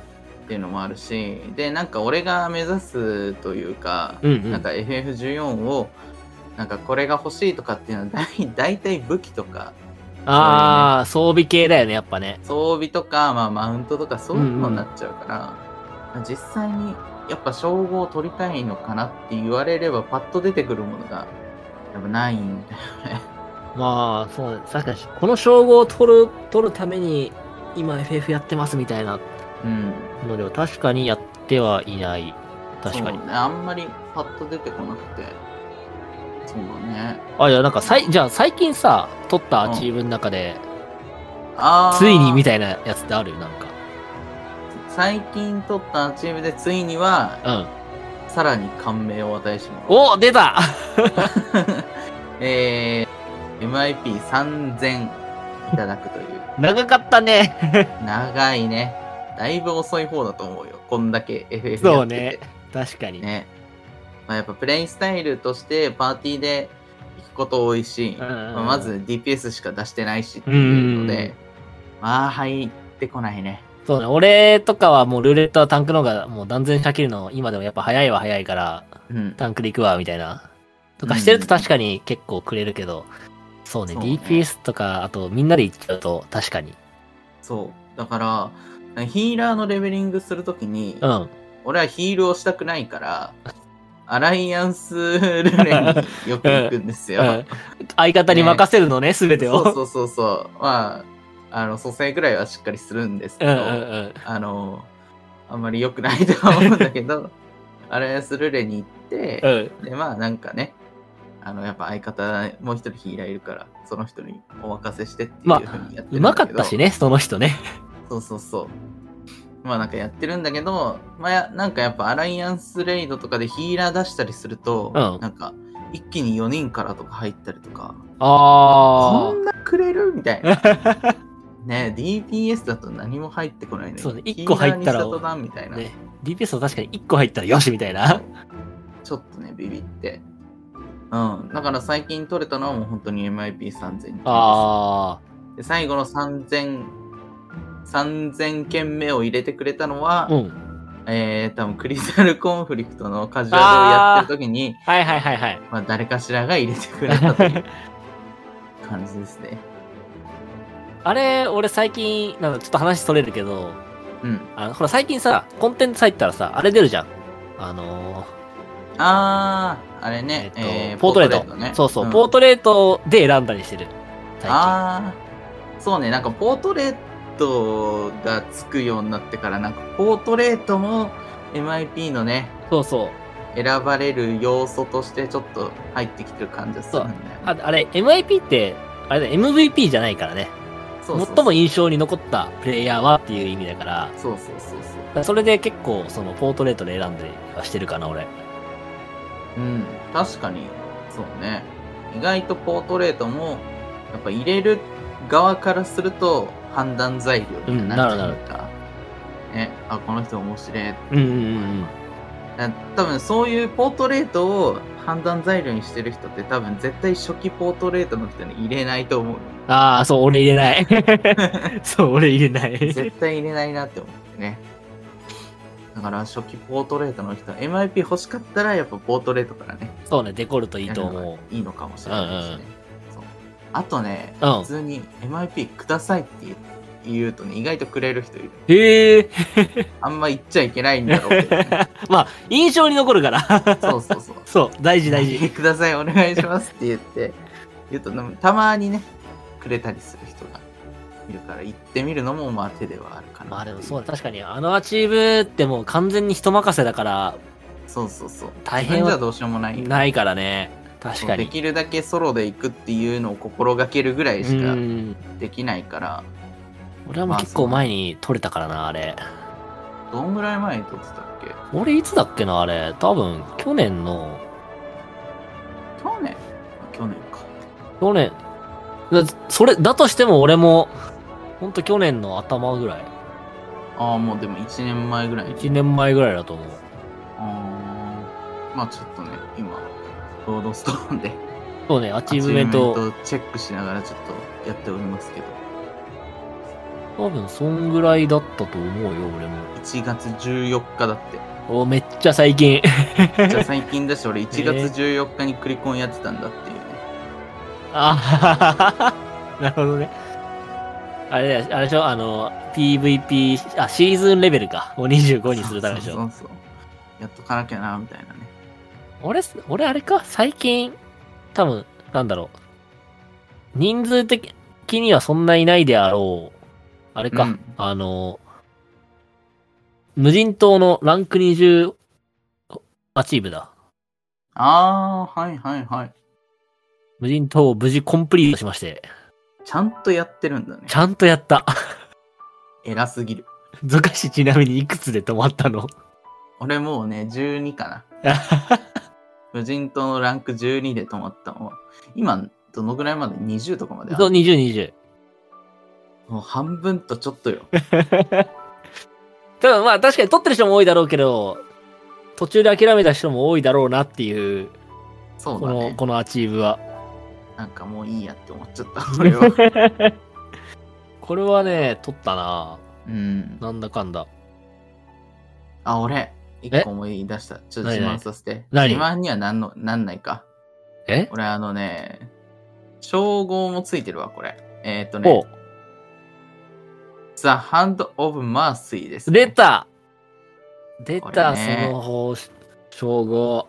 Speaker 1: ていうのもあるしでなんか俺が目指すというか、
Speaker 2: うんうん
Speaker 1: なんか FF14 をなんかこれが欲しいとかっていうのは大大体武器とか
Speaker 2: ああ、装備系だよね、やっぱね。
Speaker 1: 装備とか、まあ、マウントとかそういうのになっちゃうから、実際にやっぱ称号を取りたいのかなって言われればパッと出てくるものがやっぱないんだよね。
Speaker 2: まあ、そう、確かに、この称号を取る、取るために、今 FF やってますみたいな
Speaker 1: うん、
Speaker 2: のでは確かにやってはいない。確かに
Speaker 1: そう。ねあんまりパッと出てこなくてそうだね
Speaker 2: あ、いや、なんかさい、じゃあ最近さ、取ったアチーブの中で、
Speaker 1: あー
Speaker 2: ついにみたいなやつってあるなんか。
Speaker 1: 最近取ったチームでついには
Speaker 2: うん。
Speaker 1: さらに感銘を与えしま
Speaker 2: お出た <laughs>
Speaker 1: う。えー、MIP3000 いただくという。
Speaker 2: 長かったね。
Speaker 1: 長いね。だいぶ遅い方だと思うよ。こんだけ FF
Speaker 2: そ
Speaker 1: や
Speaker 2: う
Speaker 1: ってて。
Speaker 2: ね。。確かに。
Speaker 1: ね。まあ、やっぱプレイスタイルとしてパーティーで行くこと多いし、
Speaker 2: うんうんうん
Speaker 1: まあまず DPS しか出してないしっていうの
Speaker 2: うんうんう
Speaker 1: で
Speaker 2: ん、
Speaker 1: まあ入ってこないね。
Speaker 2: そうね。俺とかはもうルーレットはタンクの方がもう断然避けるの、今でもやっぱ早いは早いから、
Speaker 1: うん。
Speaker 2: タンクで行くわ、みたいな。とかしてると確かに結構くれるけど、そうね、
Speaker 1: そうね
Speaker 2: DPS とか、あとみんなで行っちゃうと確かに。
Speaker 1: そう。だから、ヒーラーのレベリングするときに、
Speaker 2: うん。
Speaker 1: 俺はヒールをしたくないから、アライアンスルーレによく行くんですよ。
Speaker 2: うん相方に任せるのね、すべ、てを。
Speaker 1: そうそうそうそう。まあ、あの、蘇生ぐらいはしっかりするんですけ
Speaker 2: うん
Speaker 1: ど、
Speaker 2: うんうん。
Speaker 1: あの、あんまり良くないとは思うんだけど、 <laughs> アライアンスルーレに行って
Speaker 2: う、ん。
Speaker 1: で、まあなんかね、あの、やっぱ相方、もう一人ヒーラーいるから、その人にお任せしてってい
Speaker 2: まあ
Speaker 1: うふうにやってる
Speaker 2: うん
Speaker 1: だ
Speaker 2: ま
Speaker 1: けど
Speaker 2: かったしね、その人ね。
Speaker 1: そうそうそう。まあなんかやってるんだけど、まあやなんかやっぱアライアンスレイドとかでヒーラー出したりすると、
Speaker 2: うん
Speaker 1: なんか一気に4人からとか入ったりとか、こ
Speaker 2: あ
Speaker 1: んなくれるみたい
Speaker 2: <laughs>
Speaker 1: な。ね DPS だと何も入ってこないね。
Speaker 2: そうね一個入ったら
Speaker 1: ヒーラーにしたとなみたい
Speaker 2: あ。
Speaker 1: な、
Speaker 2: ね。DPS は確かに1個入ったらよし、みたいな。
Speaker 1: ちょっとね、ビビって。うん。だから最近取れたのはもう本当に MIP3000
Speaker 2: あ
Speaker 1: で最後の3000、3000件目を入れてくれたのは、
Speaker 2: あ。うん。
Speaker 1: えー、多分クリスタルコンフリクトのカジュアルをやってる時
Speaker 2: <laughs>
Speaker 1: に、
Speaker 2: はいはいはいはい。
Speaker 1: まあ、誰かしらが入れてくれたという感じですね。
Speaker 2: あれ、俺最近、なんかちょっと話それるけど、
Speaker 1: うん。
Speaker 2: あの、ほら最近さ、コンテンツ入ったらさ、あれ出るじゃん。あのー
Speaker 1: あー、あれね、
Speaker 2: <laughs> えっ
Speaker 1: えー
Speaker 2: とポートレート
Speaker 1: ね。
Speaker 2: そうそう、
Speaker 1: ん
Speaker 2: ポートレートで選んだりしてる。最近。
Speaker 1: あー、そうね、なんかポートレートがつくようになってから、なんかポートレートも MIP のね、
Speaker 2: そうそう。
Speaker 1: 選ばれる要素としてちょっと入ってきてる感じがするんだよね。
Speaker 2: ああれ、MIP って、あれだ、MVP じゃないからね。
Speaker 1: そうそうそう
Speaker 2: 最も印象に残ったプレイヤーはっていう意味だから、
Speaker 1: そうそうそうそう。
Speaker 2: それで結構、その、ポートレートで選んだりはしてるかな、俺。
Speaker 1: うん、確かに、そうね。意外とポートレートも、やっぱ入れる側からすると判断材料になるというか、ね、あ、この人面白い。
Speaker 2: うんうんうん
Speaker 1: だ多分そういうポートレートを判断材料にしてる人って多分絶対初期ポートレートの人に入れないと <laughs> 思う。
Speaker 2: うん。ああ、そう、俺入れ
Speaker 1: <laughs>
Speaker 2: ない。そう、俺入れない。
Speaker 1: 絶対入れないなって思ってね。だから初期ポートレートの人、MIP 欲しかったらやっぱポートレートからね、
Speaker 2: そうね、デコるといいと思
Speaker 1: いいのかもしれないですね。そうあとね、
Speaker 2: う。うん
Speaker 1: 普。通に MIP くださいって言言うとね、意外とくれる人いる。
Speaker 2: へえ。
Speaker 1: あんま言っちゃいけないんだろうけど <laughs> ね。
Speaker 2: <laughs> まあ、印象に残るから。 <laughs>
Speaker 1: そうそうそう。
Speaker 2: そう、大事大
Speaker 1: 言って
Speaker 2: 事。
Speaker 1: <laughs> ください、お願いしますって言って、言うと、たまにね、くれたりする人がいるから、行ってみるのも、まあ手ではあるかな。
Speaker 2: まあでもそうだ、確かに、あのアチーブってもう完全に人任せだから、
Speaker 1: そうそうそう。
Speaker 2: 大
Speaker 1: 自分
Speaker 2: 変は
Speaker 1: じゃどうしようもないよ
Speaker 2: ないからね。確か
Speaker 1: で
Speaker 2: に。
Speaker 1: きるだけソロで行くっていうのを心がけるぐらいうしか
Speaker 2: ん。
Speaker 1: できないから、
Speaker 2: 俺はもう結構前に撮れたからな、あれ。
Speaker 1: どんぐらい前に撮ってたっけ
Speaker 2: 俺いつだっけな、あれ。多分、去年の、
Speaker 1: 去年去年か。
Speaker 2: 去年、だそれ、だとしても俺も、ほんと去年の頭ぐらい。
Speaker 1: ああ、もうでも1年前ぐらい。
Speaker 2: 1年前ぐらいだと思う。
Speaker 1: あーまあちょっとね、今、ロードストーンで
Speaker 2: そうね、ア
Speaker 1: ア
Speaker 2: チーブメント、
Speaker 1: チーブメントチェックしながらちょっとやっておりますけど、
Speaker 2: 多分そんぐらいだったと思うよ、俺も。
Speaker 1: 1月14日だ
Speaker 2: <laughs>
Speaker 1: って。
Speaker 2: お、めっちゃ最近。
Speaker 1: じゃあ最近だし、俺1月14日にクリコンやってたんだっていうね。
Speaker 2: あはははは <laughs> なるほどね。あれだよ、あれでしょあの、PVP、あ、シーズンレベルか。を25にするためでし
Speaker 1: そ
Speaker 2: ょ。
Speaker 1: うそうそうやっとかなきゃな、みたいなね。
Speaker 2: 俺す、俺あれか、最近、多分、なんだろう。人数的にはそんないないであろう。あれか、
Speaker 1: うん
Speaker 2: あの、無人島のランク20アチーブだ。
Speaker 1: ああ、はいはいはい。
Speaker 2: 無人島を無事コンプリートしまして、
Speaker 1: ちゃんとやってるんだね
Speaker 2: ち。ゃんとやった。 <laughs>
Speaker 1: 偉すぎる。
Speaker 2: ゾカシちなみにいくつで止まったの <laughs>
Speaker 1: 俺もうね、12かな。無人島のランク12で止まったのは。今、どのぐらいまで ?20 とかまであ
Speaker 2: そう、
Speaker 1: る <laughs>
Speaker 2: 20、
Speaker 1: もう半分とちょっとよ。
Speaker 2: 20。多分まあ確かに撮ってる人も多いだろうけど、途中で諦めた人も多いだろうなっていう、
Speaker 1: そう
Speaker 2: こ
Speaker 1: だ
Speaker 2: の、
Speaker 1: ね。
Speaker 2: このアチーブは。
Speaker 1: なんかもういいやって思っちゃった。俺
Speaker 2: <laughs>
Speaker 1: は。
Speaker 2: これはね、撮ったな
Speaker 1: うん。
Speaker 2: なんだかんだ。
Speaker 1: あ、俺、一個思い出した。ちょっと自慢させて。
Speaker 2: 何
Speaker 1: 自慢にはなんのなんないか。
Speaker 2: え
Speaker 1: 俺、あのね、称号もついてるわ、これ。えっ、ー、と
Speaker 2: お
Speaker 1: ね、The Hand of Mercy です、
Speaker 2: 出た出た、
Speaker 1: これね
Speaker 2: その方、称号。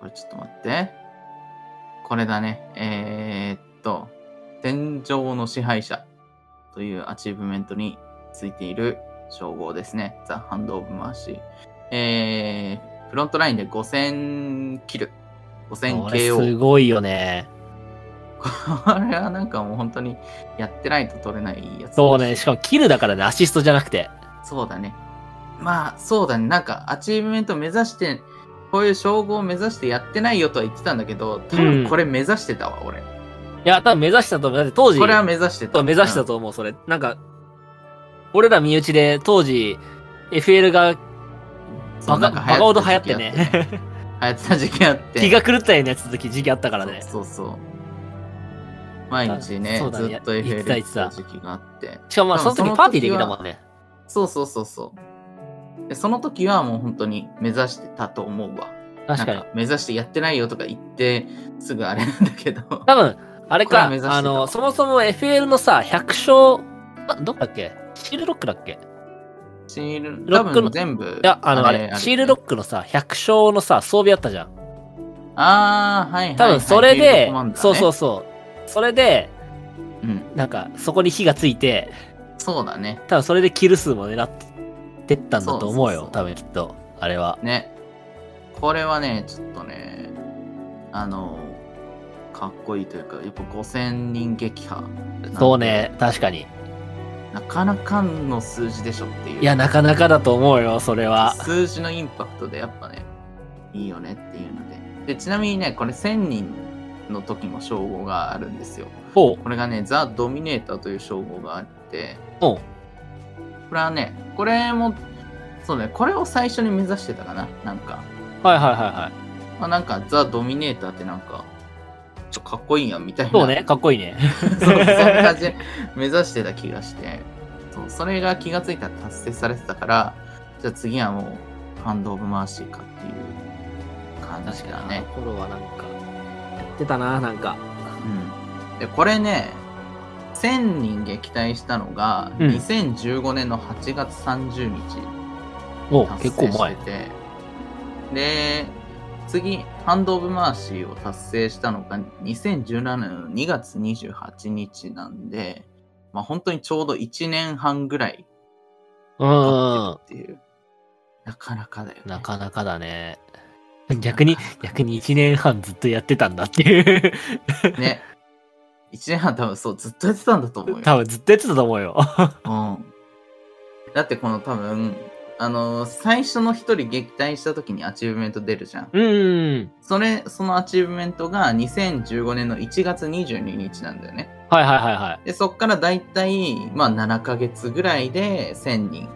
Speaker 1: これちょっと待って。これだね。えーっと、天上の支配者というアチーブメントについている称号ですね。ザ・ハンド・オブ・マーシー。えー、フロントラインで5000キル。
Speaker 2: これ
Speaker 1: 5000KO
Speaker 2: す。ごいよね。
Speaker 1: これはなんかもう本当にやってないと取れないやつ。
Speaker 2: そうね、しかもキルだからね、アシストじゃなくて。
Speaker 1: そうだね。まあ、そうだね。なんか、アチーブメント目指して、こういう称号を目指してやってないよとは言ってたんだけど、多分これ目指してたわ、俺。
Speaker 2: いや、多分目指したと思う。だって当時、
Speaker 1: これは目指して
Speaker 2: そう
Speaker 1: た。
Speaker 2: 目指したと思う、それ。なんか、俺ら身内で当時、FL が
Speaker 1: うん。そ
Speaker 2: バ
Speaker 1: うなんか
Speaker 2: カバ
Speaker 1: 流
Speaker 2: カ
Speaker 1: 行
Speaker 2: ほ
Speaker 1: っ
Speaker 2: ど
Speaker 1: て
Speaker 2: 流行
Speaker 1: た
Speaker 2: っ
Speaker 1: 時期
Speaker 2: て
Speaker 1: あって
Speaker 2: ね。
Speaker 1: 流行ってた時期あ
Speaker 2: <laughs>
Speaker 1: って。
Speaker 2: 気が狂ったようなやつ時時期あったからね。
Speaker 1: そうそうそう。毎日ね、
Speaker 2: そうだ
Speaker 1: ず
Speaker 2: ね
Speaker 1: っと
Speaker 2: 言ってた言って
Speaker 1: FL
Speaker 2: た
Speaker 1: の時期があって。
Speaker 2: しかもまあ、その
Speaker 1: 多分
Speaker 2: 時パーティーできたもんね。
Speaker 1: そうそうそうそう。で、その時はもう本当に目指してたと思うわ。
Speaker 2: 確かに
Speaker 1: なん。目指してやってないよとか言って、すぐあれなんだけ
Speaker 2: <laughs>
Speaker 1: ど。
Speaker 2: 多分、あれ
Speaker 1: これは
Speaker 2: か
Speaker 1: 目指して、た
Speaker 2: あの、そもそも FL のさ、100勝、あどっかだっけシールロックだっけい
Speaker 1: シール、
Speaker 2: ロ
Speaker 1: 多
Speaker 2: ックの
Speaker 1: 分全部。
Speaker 2: や、あの、あれ、シールロ
Speaker 1: ク。
Speaker 2: ックのさ、100勝のさ、装備あったじゃん。
Speaker 1: あー、はいはいはい。
Speaker 2: 多分、それ
Speaker 1: シールド
Speaker 2: で
Speaker 1: コマンダー、ね
Speaker 2: そうそうそう。それで、
Speaker 1: うん。
Speaker 2: なんか、そこに火がついて、
Speaker 1: そうだね。
Speaker 2: 多分それでキル数も狙ってったんだと思
Speaker 1: そう
Speaker 2: うよ。
Speaker 1: そうそう
Speaker 2: 多分きっと、あれは。
Speaker 1: ね。これはね、ちょっとね、あの、かっこいいというか、やっぱ5000人撃破。
Speaker 2: そう。ね、確かに。
Speaker 1: なかなかの数字でしょっていう。
Speaker 2: いや、なかなかだと思うよ、それは。
Speaker 1: 数字のインパクトでやっぱね、いいよねっていうので。で、ちなみにね、これ1000人の時も称号があるんですよ。
Speaker 2: ほう。
Speaker 1: これがね、ザ・ドミネーターという称号があって、
Speaker 2: ほう。
Speaker 1: これはね、これも、そうね、これを最初に目指してたかな、なんか。
Speaker 2: はいはいはいはい。
Speaker 1: まあ、なんか、ザ・ドミネーターってなんか、ちょっとかっこいいやんみたいな。
Speaker 2: そう <laughs> ね、かっこいいね。
Speaker 1: <laughs> そう。そんな感じで目指してた気がして、そうそれが気がついたら達成されてたから、じゃあ次はもう、ハンド・オブ・マーシーかっていう感じだね。
Speaker 2: あの頃はなんか、やってたな、なんか。
Speaker 1: うん。で、これね、 1000人撃退したのが
Speaker 2: うん
Speaker 1: 2015年の8月30日
Speaker 2: お
Speaker 1: 達
Speaker 2: 結構
Speaker 1: 成して
Speaker 2: 前。
Speaker 1: て、で次ハンド・オブ・マーシーを達成したのが2017年の2月28日なんで、まあ、本当にちょうど1年半ぐらい
Speaker 2: うんうんうん。
Speaker 1: っていうなかなかだよ、ね、
Speaker 2: なかなかだね。逆に、逆に1年半ずっとやってたんだっていう。
Speaker 1: ね1年半多分そうずっとやってたんだと思うよ
Speaker 2: <laughs> 多分ずっとやってたと思うよ。
Speaker 1: うん、だってこの多分あの最初の1人撃退した時にアチーブメント出るじゃん
Speaker 2: うん。
Speaker 1: それそのアチーブメントが2015年の1月22日なんだよね
Speaker 2: はいはいはいはい。
Speaker 1: でそっからだいたいまあ7ヶ月ぐらいで1000人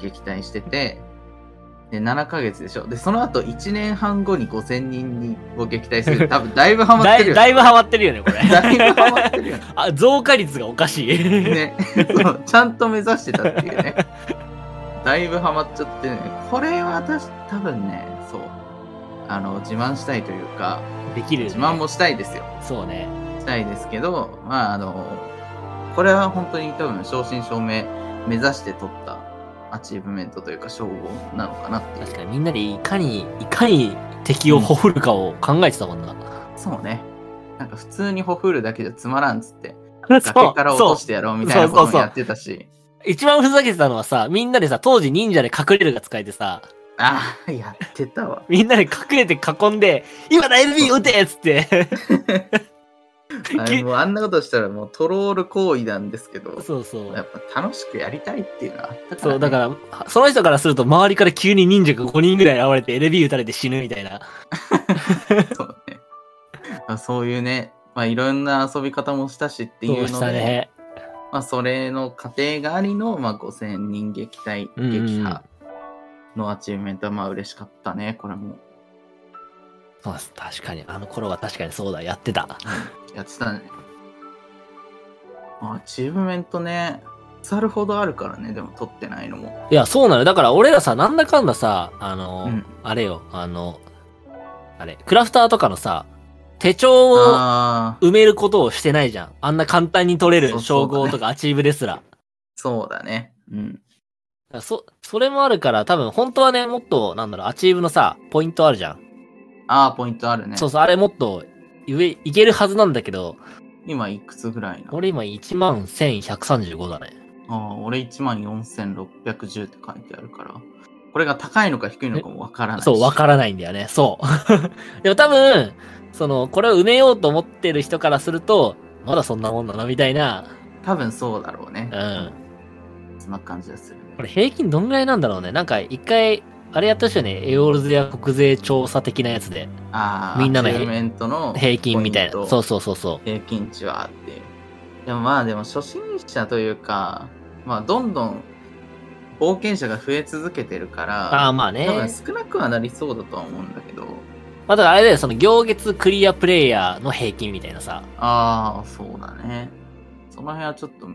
Speaker 1: 撃退しててで7ヶ月でしょでその後1年半後に5000人にを撃退す <laughs> る多分だいぶハマっ
Speaker 2: だ
Speaker 1: てる
Speaker 2: い
Speaker 1: よ
Speaker 2: だいぶハマってるよね、こ <laughs> れ。
Speaker 1: だいぶハマってるよね
Speaker 2: あ増加率がおかしい。
Speaker 1: ね、そうちゃんと目指してたっていうね。だいぶハマっちゃってね。これは私、多分ね、そう。あの、自慢したいというか、
Speaker 2: できる、ね。
Speaker 1: 自慢もしたいですよ。
Speaker 2: そうね。
Speaker 1: したいですけど、まあ、あの、これは本当に多分、正真正銘、目指して取ったアチーブメントというか、称号なのかなっていう。
Speaker 2: 確かにみんなでいかに、いかに敵をほふるかを考えてたもんな。
Speaker 1: そうね。なんか、普通にほふるだけじゃつまらんっつって、
Speaker 2: そう
Speaker 1: 崖から落としてやろうみたいなこと
Speaker 2: そうそ
Speaker 1: も
Speaker 2: うそう
Speaker 1: やってたし。
Speaker 2: 一番ふざけてたのはさ、みんなでさ、当時忍者で隠れるが使えてさ、
Speaker 1: ああ、やってた
Speaker 2: <laughs>
Speaker 1: わ。
Speaker 2: みんなで隠れて囲んで、今だ LB 撃てっ
Speaker 1: <laughs>
Speaker 2: つって。
Speaker 1: あれもうあんなことしたらもうトロール行為なんですけど、
Speaker 2: そうそう
Speaker 1: や。っぱ楽しくやりたいっていうのはあったから、ね。
Speaker 2: そう、だから、その人からすると、周りから急に忍者が5人ぐらい現れて、LB 撃たれて死ぬみたいな。
Speaker 1: ら。 <laughs> そうね。まあ、そういうね、まあいろんな遊び方もしたしって
Speaker 2: そ
Speaker 1: いうう
Speaker 2: し
Speaker 1: の
Speaker 2: た
Speaker 1: で、
Speaker 2: ね。
Speaker 1: まあそれの過程がありの、まあ5000人撃退、
Speaker 2: うんうんうん
Speaker 1: 撃破のアチーブメントはまあ嬉しかったね、これ
Speaker 2: <laughs>
Speaker 1: も。
Speaker 2: そうです。確かに。あの頃は確かにそうだ。やってた。
Speaker 1: やってたね。まあアチーブメントね、腐るほどあるからね、でも取ってないのも。
Speaker 2: いや、そうなのよ。だから、俺らさ、なんだかんださ、あの、
Speaker 1: うん
Speaker 2: あれよ、あの、あれ、クラフターとかのさ、手帳を
Speaker 1: ああ、
Speaker 2: 埋めることをしてないじゃん。あんな簡単に取れ
Speaker 1: そ
Speaker 2: る
Speaker 1: うそうだ
Speaker 2: 称
Speaker 1: ね
Speaker 2: 号とかアチーブです
Speaker 1: <laughs>
Speaker 2: ら。だか
Speaker 1: そうだね。うん。
Speaker 2: らそ、それもあるから、多分、本当はね、もっと、なんだろう、アチーブのさ、ポイントあるじゃん。
Speaker 1: ああ、ポイントあるね。
Speaker 2: そうそう、あれもっと、上、いけるはずなんだけど、
Speaker 1: 今いくつぐらいなの
Speaker 2: 俺今11,135だね。
Speaker 1: ああ俺1万4610って書いてあるから。これが高いのか低いのかもわからないし。
Speaker 2: そう、わからないんだよね。そう。で <laughs> も多分、その、これを埋めようと思ってる人からすると、まだそんなもんなのみたいな。
Speaker 1: 多分そうだろうね。
Speaker 2: うん。
Speaker 1: そんな感じがするね。
Speaker 2: これ平均どんぐらいなんだろうね。なんか一回、あれやったっしよね。エオールズや国税調査的なやつで。
Speaker 1: ああ、
Speaker 2: みんなの
Speaker 1: アチーブメントの
Speaker 2: 平均みたい
Speaker 1: ポイント
Speaker 2: な。そうそうそうそ
Speaker 1: 平均値はあっていう。でもまあでも初心者というか、まあどんどん冒険者が増え続けてるか
Speaker 2: う。あ
Speaker 1: ら、
Speaker 2: あ、まあね。
Speaker 1: 多分少なくはなりそうだとは思うんだけど。
Speaker 2: まあだからあれだよ、その行月クリアプレイヤーの平均みたいなさ。
Speaker 1: ああ、そうだね。その辺はちょっと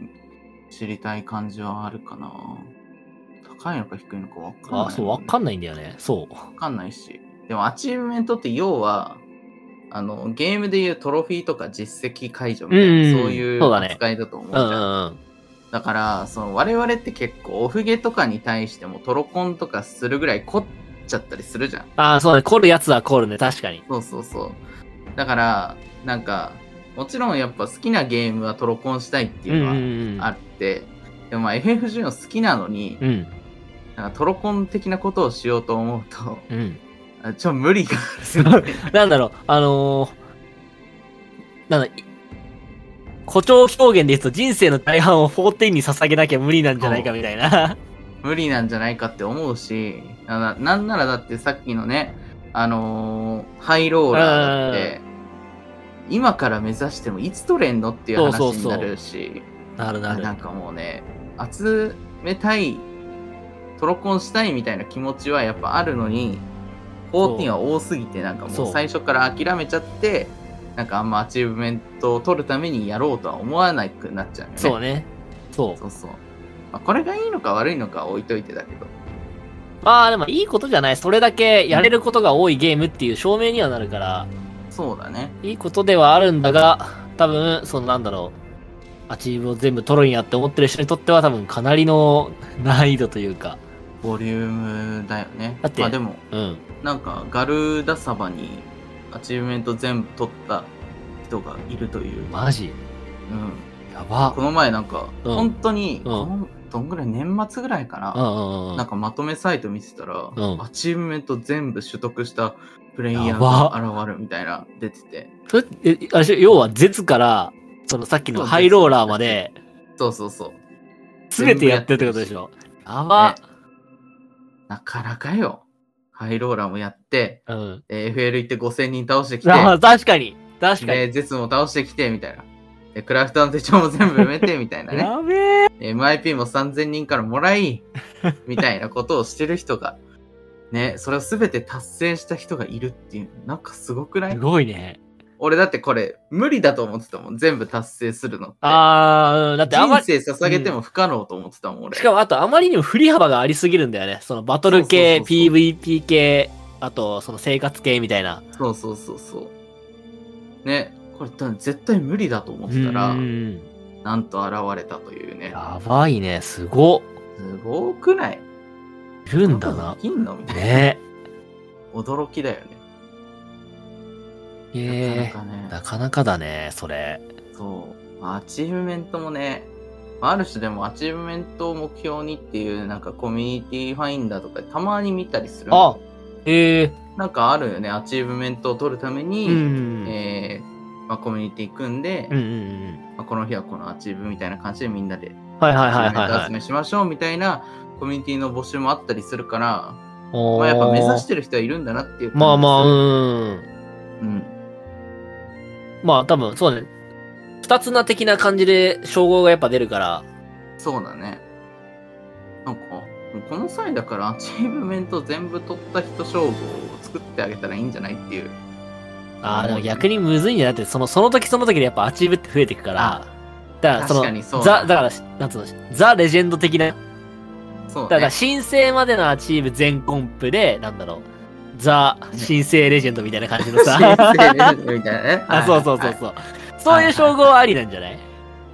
Speaker 1: 知りたい感じはあるかな。高いのか低いのかわかんない、
Speaker 2: ああ、そう、わかんないんだよね。そう。
Speaker 1: わかんないし。でもアチーブメントって要は、あの、ゲームでいうトロフィーとか実績解除みたいな、
Speaker 2: うんうん
Speaker 1: そういう
Speaker 2: そうだね
Speaker 1: 扱いだと思う
Speaker 2: う
Speaker 1: じ
Speaker 2: ん
Speaker 1: ゃ
Speaker 2: うん
Speaker 1: ん
Speaker 2: うん。
Speaker 1: だから、その我々って結構オフゲとかに対してもトロコンとかするぐらい凝っちゃったりするじゃん。
Speaker 2: ああ、そうだね。凝るやつは凝るね。確かに。
Speaker 1: そうそうそう。だから、なんか、もちろんやっぱ好きなゲームはトロコンしたいっていうのは
Speaker 2: ん
Speaker 1: あって、でもまあ FF14 好きなのに、
Speaker 2: うん。うん。
Speaker 1: なんかトロコン的なことをしようと思うと、 <laughs>
Speaker 2: うん。
Speaker 1: あちょ、無理がある
Speaker 2: すごい <laughs> なんだろう、あのー、なんだ、い誇張表現で言うと人生の大半を14に捧げなきゃ無理なんじゃないかみたいな。
Speaker 1: 無理なんじゃないかって思うし、ななんならだってさっきのね、あのーハイローラーだって、今から目指してもいつ取れんのっていう話
Speaker 2: そうそう
Speaker 1: に
Speaker 2: そう
Speaker 1: なるし、
Speaker 2: <laughs> なるな
Speaker 1: なん
Speaker 2: る。
Speaker 1: かもうね、集めたい、トロコンしたいみたいな気持ちはやっぱあるのに、14は多すぎて、なんか
Speaker 2: そ
Speaker 1: もう
Speaker 2: う
Speaker 1: 最初から諦めちゃって、なんかあんまアチーブメントを取るためにやろうとは思わなくなっちゃうよね。
Speaker 2: そうね。そう。
Speaker 1: そうそう。まあ、これがいいのか悪いのかは置いといてだけど。
Speaker 2: まあでもいいことじゃない。それだけやれることが多いゲームっていう証明にはなるから、
Speaker 1: そうだね。
Speaker 2: いいことではあるんだが、多分、そのなんだろう。アチーブを全部取るんやって思ってる人にとっては多分かなりの難易度というか、
Speaker 1: ボリュームだよね
Speaker 2: だって
Speaker 1: まあでも
Speaker 2: うん。
Speaker 1: なんかガルダサバにアチーブメント全部取った人がいるという、
Speaker 2: マジ
Speaker 1: うん、
Speaker 2: やば
Speaker 1: こ。の前なんか、
Speaker 2: うん
Speaker 1: 本当に、
Speaker 2: ん
Speaker 1: このどんぐらい年末ぐらいか
Speaker 2: うん
Speaker 1: な、
Speaker 2: うんうん。
Speaker 1: なんかまとめサイト見てたら、
Speaker 2: うん
Speaker 1: アチーブメント全部取得したプレイヤー
Speaker 2: やば
Speaker 1: が現るみたいな出てて
Speaker 2: それえ、あれでしょ要は、絶から、そのさっきのハイローラーま <laughs> で、
Speaker 1: そうそうそう
Speaker 2: すべてやってるってことでしょやば。
Speaker 1: なかなかよハイローラーもやって、
Speaker 2: うん。
Speaker 1: えー FL 行って5000人倒してきて
Speaker 2: ああ、確かに。確かに。
Speaker 1: で、ゼツも倒してきて、みたいな。で、クラフトの手帳も全部埋めて、みたい
Speaker 2: <laughs>
Speaker 1: なね。
Speaker 2: やべえ。
Speaker 1: で MIP も3000人からもら
Speaker 2: <laughs>
Speaker 1: い、みたいなことをしてる人が、ね、それを全て達成した人がいるっていう、なんかすごくな
Speaker 2: す
Speaker 1: い
Speaker 2: ごいね。
Speaker 1: 俺だってこれ、無理だと思ってたもん、全部達成するのって。
Speaker 2: ああ、だってあま
Speaker 1: 人
Speaker 2: り、
Speaker 1: 生捧げても不可能と思ってたもん、俺。
Speaker 2: しかもあとあまりにも振り幅がありすぎるんだよね。そのバトル系、
Speaker 1: そうそうそう
Speaker 2: PVP 系、あとその生活系みたいな。
Speaker 1: そうそうそうそう。ね、これ多分絶対無理だと思ってたら
Speaker 2: う、ん
Speaker 1: なんと現れたというね。
Speaker 2: やばいね。すごっ。
Speaker 1: すごくない
Speaker 2: いるんだな
Speaker 1: で。きんのみたいな。
Speaker 2: ね
Speaker 1: 驚きだよね。
Speaker 2: え。
Speaker 1: な
Speaker 2: え
Speaker 1: かなか
Speaker 2: え。
Speaker 1: ね
Speaker 2: なかなかだね、それ。
Speaker 1: そうまあアチーブメントもねまあある種でもアチーブメントを目標にっていうなんかコミュニティファインダーとかたまに見たりする
Speaker 2: あええ。
Speaker 1: なんかあるよねアチーブメントを取るために、
Speaker 2: うん。
Speaker 1: えーまあ、コミュニティ組んで、
Speaker 2: うんうんうん。
Speaker 1: まあ、この日はこのアチーブみたいな感じでみんなで
Speaker 2: はいはい
Speaker 1: アチ
Speaker 2: は
Speaker 1: ー
Speaker 2: い
Speaker 1: ブメン
Speaker 2: はい
Speaker 1: ト
Speaker 2: は
Speaker 1: 集
Speaker 2: い。
Speaker 1: めしましょうみたいなコミュニティの募集もあったりするから、
Speaker 2: お。
Speaker 1: まあ、やっぱ目指しててる人はいるんだなっていう感じ
Speaker 2: まあま
Speaker 1: が
Speaker 2: あ、うん。
Speaker 1: するうん
Speaker 2: まあ多分、そうね。二つな的な感じで称号がやっぱ出るから。
Speaker 1: そうだね。なんか、この際だからア <laughs> チーブメント全部取った人称号を作ってあげたらいいんじゃないっていう。
Speaker 2: ああ、でも逆にむずいんじゃなくて、その、その時その時でやっぱアチーブって増えていくから、だから
Speaker 1: 確
Speaker 2: その
Speaker 1: か、にそう
Speaker 2: ザ、
Speaker 1: だ。
Speaker 2: だから、なんつうの、ザ・レジェンド的な、だ
Speaker 1: そうだ
Speaker 2: から
Speaker 1: ね。
Speaker 2: 申請までのアチーブ全コンプで、なんだろう、ザ・申請レジェンドみたいな感じのさ、
Speaker 1: <laughs> 新生みたいなね
Speaker 2: <laughs> 。あそうそうそう
Speaker 1: はい
Speaker 2: そう。そういう称号はありなんじゃない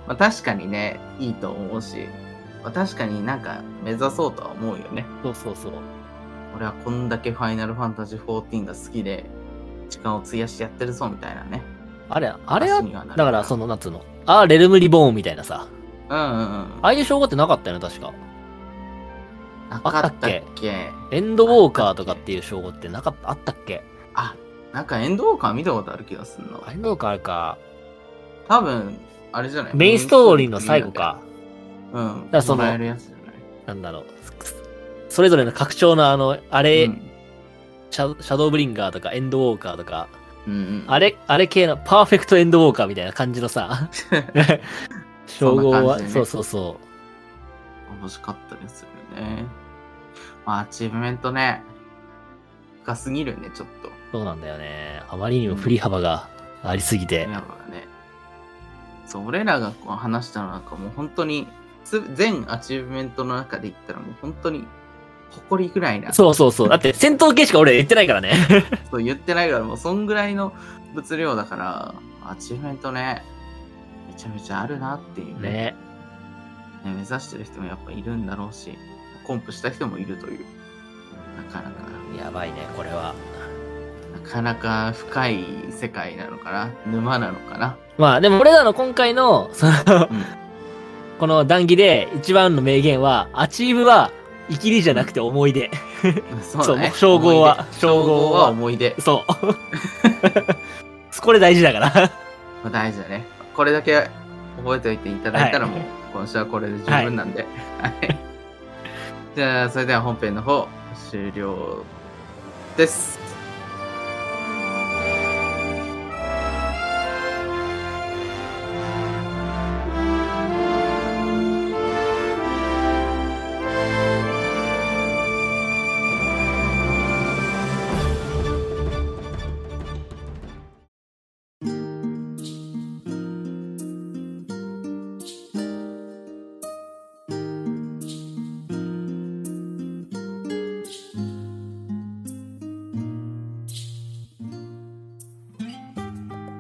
Speaker 1: まあ、確かにね、いいと思うし、まあ、確かになんか目指そうとは思うよね。
Speaker 2: そうそうそう。
Speaker 1: 俺はこんだけファイナルファンタジー14が好きで、時間を費やしてやってるぞみたいなね。
Speaker 2: あれ、あれは、
Speaker 1: 話にはなる
Speaker 2: だからその、なんつうの、あーレルムリボーンみたいなさ、
Speaker 1: うんうんうん。
Speaker 2: ああいう称号ってなかったよね、確か。
Speaker 1: なかったっ
Speaker 2: あ
Speaker 1: け
Speaker 2: っエンドウォーカーとかっていう称号ってなかった、あったっけ
Speaker 1: あ、なんかエンドウォーカー見たことある気がするな。
Speaker 2: あエンドウォーカーあるか。
Speaker 1: 多分、あれじゃない
Speaker 2: メインストーリーの最後か。
Speaker 1: うん。
Speaker 2: からその
Speaker 1: もらえるやつじゃない
Speaker 2: なんだろう。それぞれの拡張のあの、あれ、
Speaker 1: うん
Speaker 2: シャシャドーブリンガーとかエンドウォーカーとか、
Speaker 1: うんうん、
Speaker 2: あれ、あれ系のパーフェクトエンドウォーカーみたいな感じの
Speaker 1: <laughs>
Speaker 2: さ、
Speaker 1: そんな感じで
Speaker 2: 称号は、
Speaker 1: ね
Speaker 2: そうそうそ
Speaker 1: 欲しかったですよね。まあ、アチーブメントね、深すぎるよね、ちょっと。
Speaker 2: う。そうなんだよね。あまりにも振り幅がありすぎて。
Speaker 1: やっぱね。そう、俺らがこう話したのなんかもう本当に、す全アチーブメントの中で言ったらもう本当に、誇りぐらいな。
Speaker 2: そうそうそう。だって戦闘系しか俺言ってないか
Speaker 1: <laughs>
Speaker 2: らね。
Speaker 1: そう言ってないから、もうそんぐらいの物量だから、アチーブメントね、めちゃめちゃあるなっていう
Speaker 2: ね。
Speaker 1: ね、目指してる人もやっぱいるんだろうし、コンプした人もいるという、なかなか、
Speaker 2: やばいね、これは。
Speaker 1: なかなか深い世界なのかな、沼なのかな。
Speaker 2: まあでも俺らの今回の、その、
Speaker 1: うん、
Speaker 2: この談義で一番の名言は、アチーブは、生きりじゃなくて思い出。
Speaker 1: そうだね
Speaker 2: そう称号は
Speaker 1: 思い出
Speaker 2: 称
Speaker 1: 称
Speaker 2: 号
Speaker 1: 号
Speaker 2: は
Speaker 1: は思い出。
Speaker 2: そう。これ大事だから。
Speaker 1: まあ、大事だね。これだけ覚えておいていただいたらもう、今週はこれで十分なんで。はいじゃあ、それでは本編の方、終了です。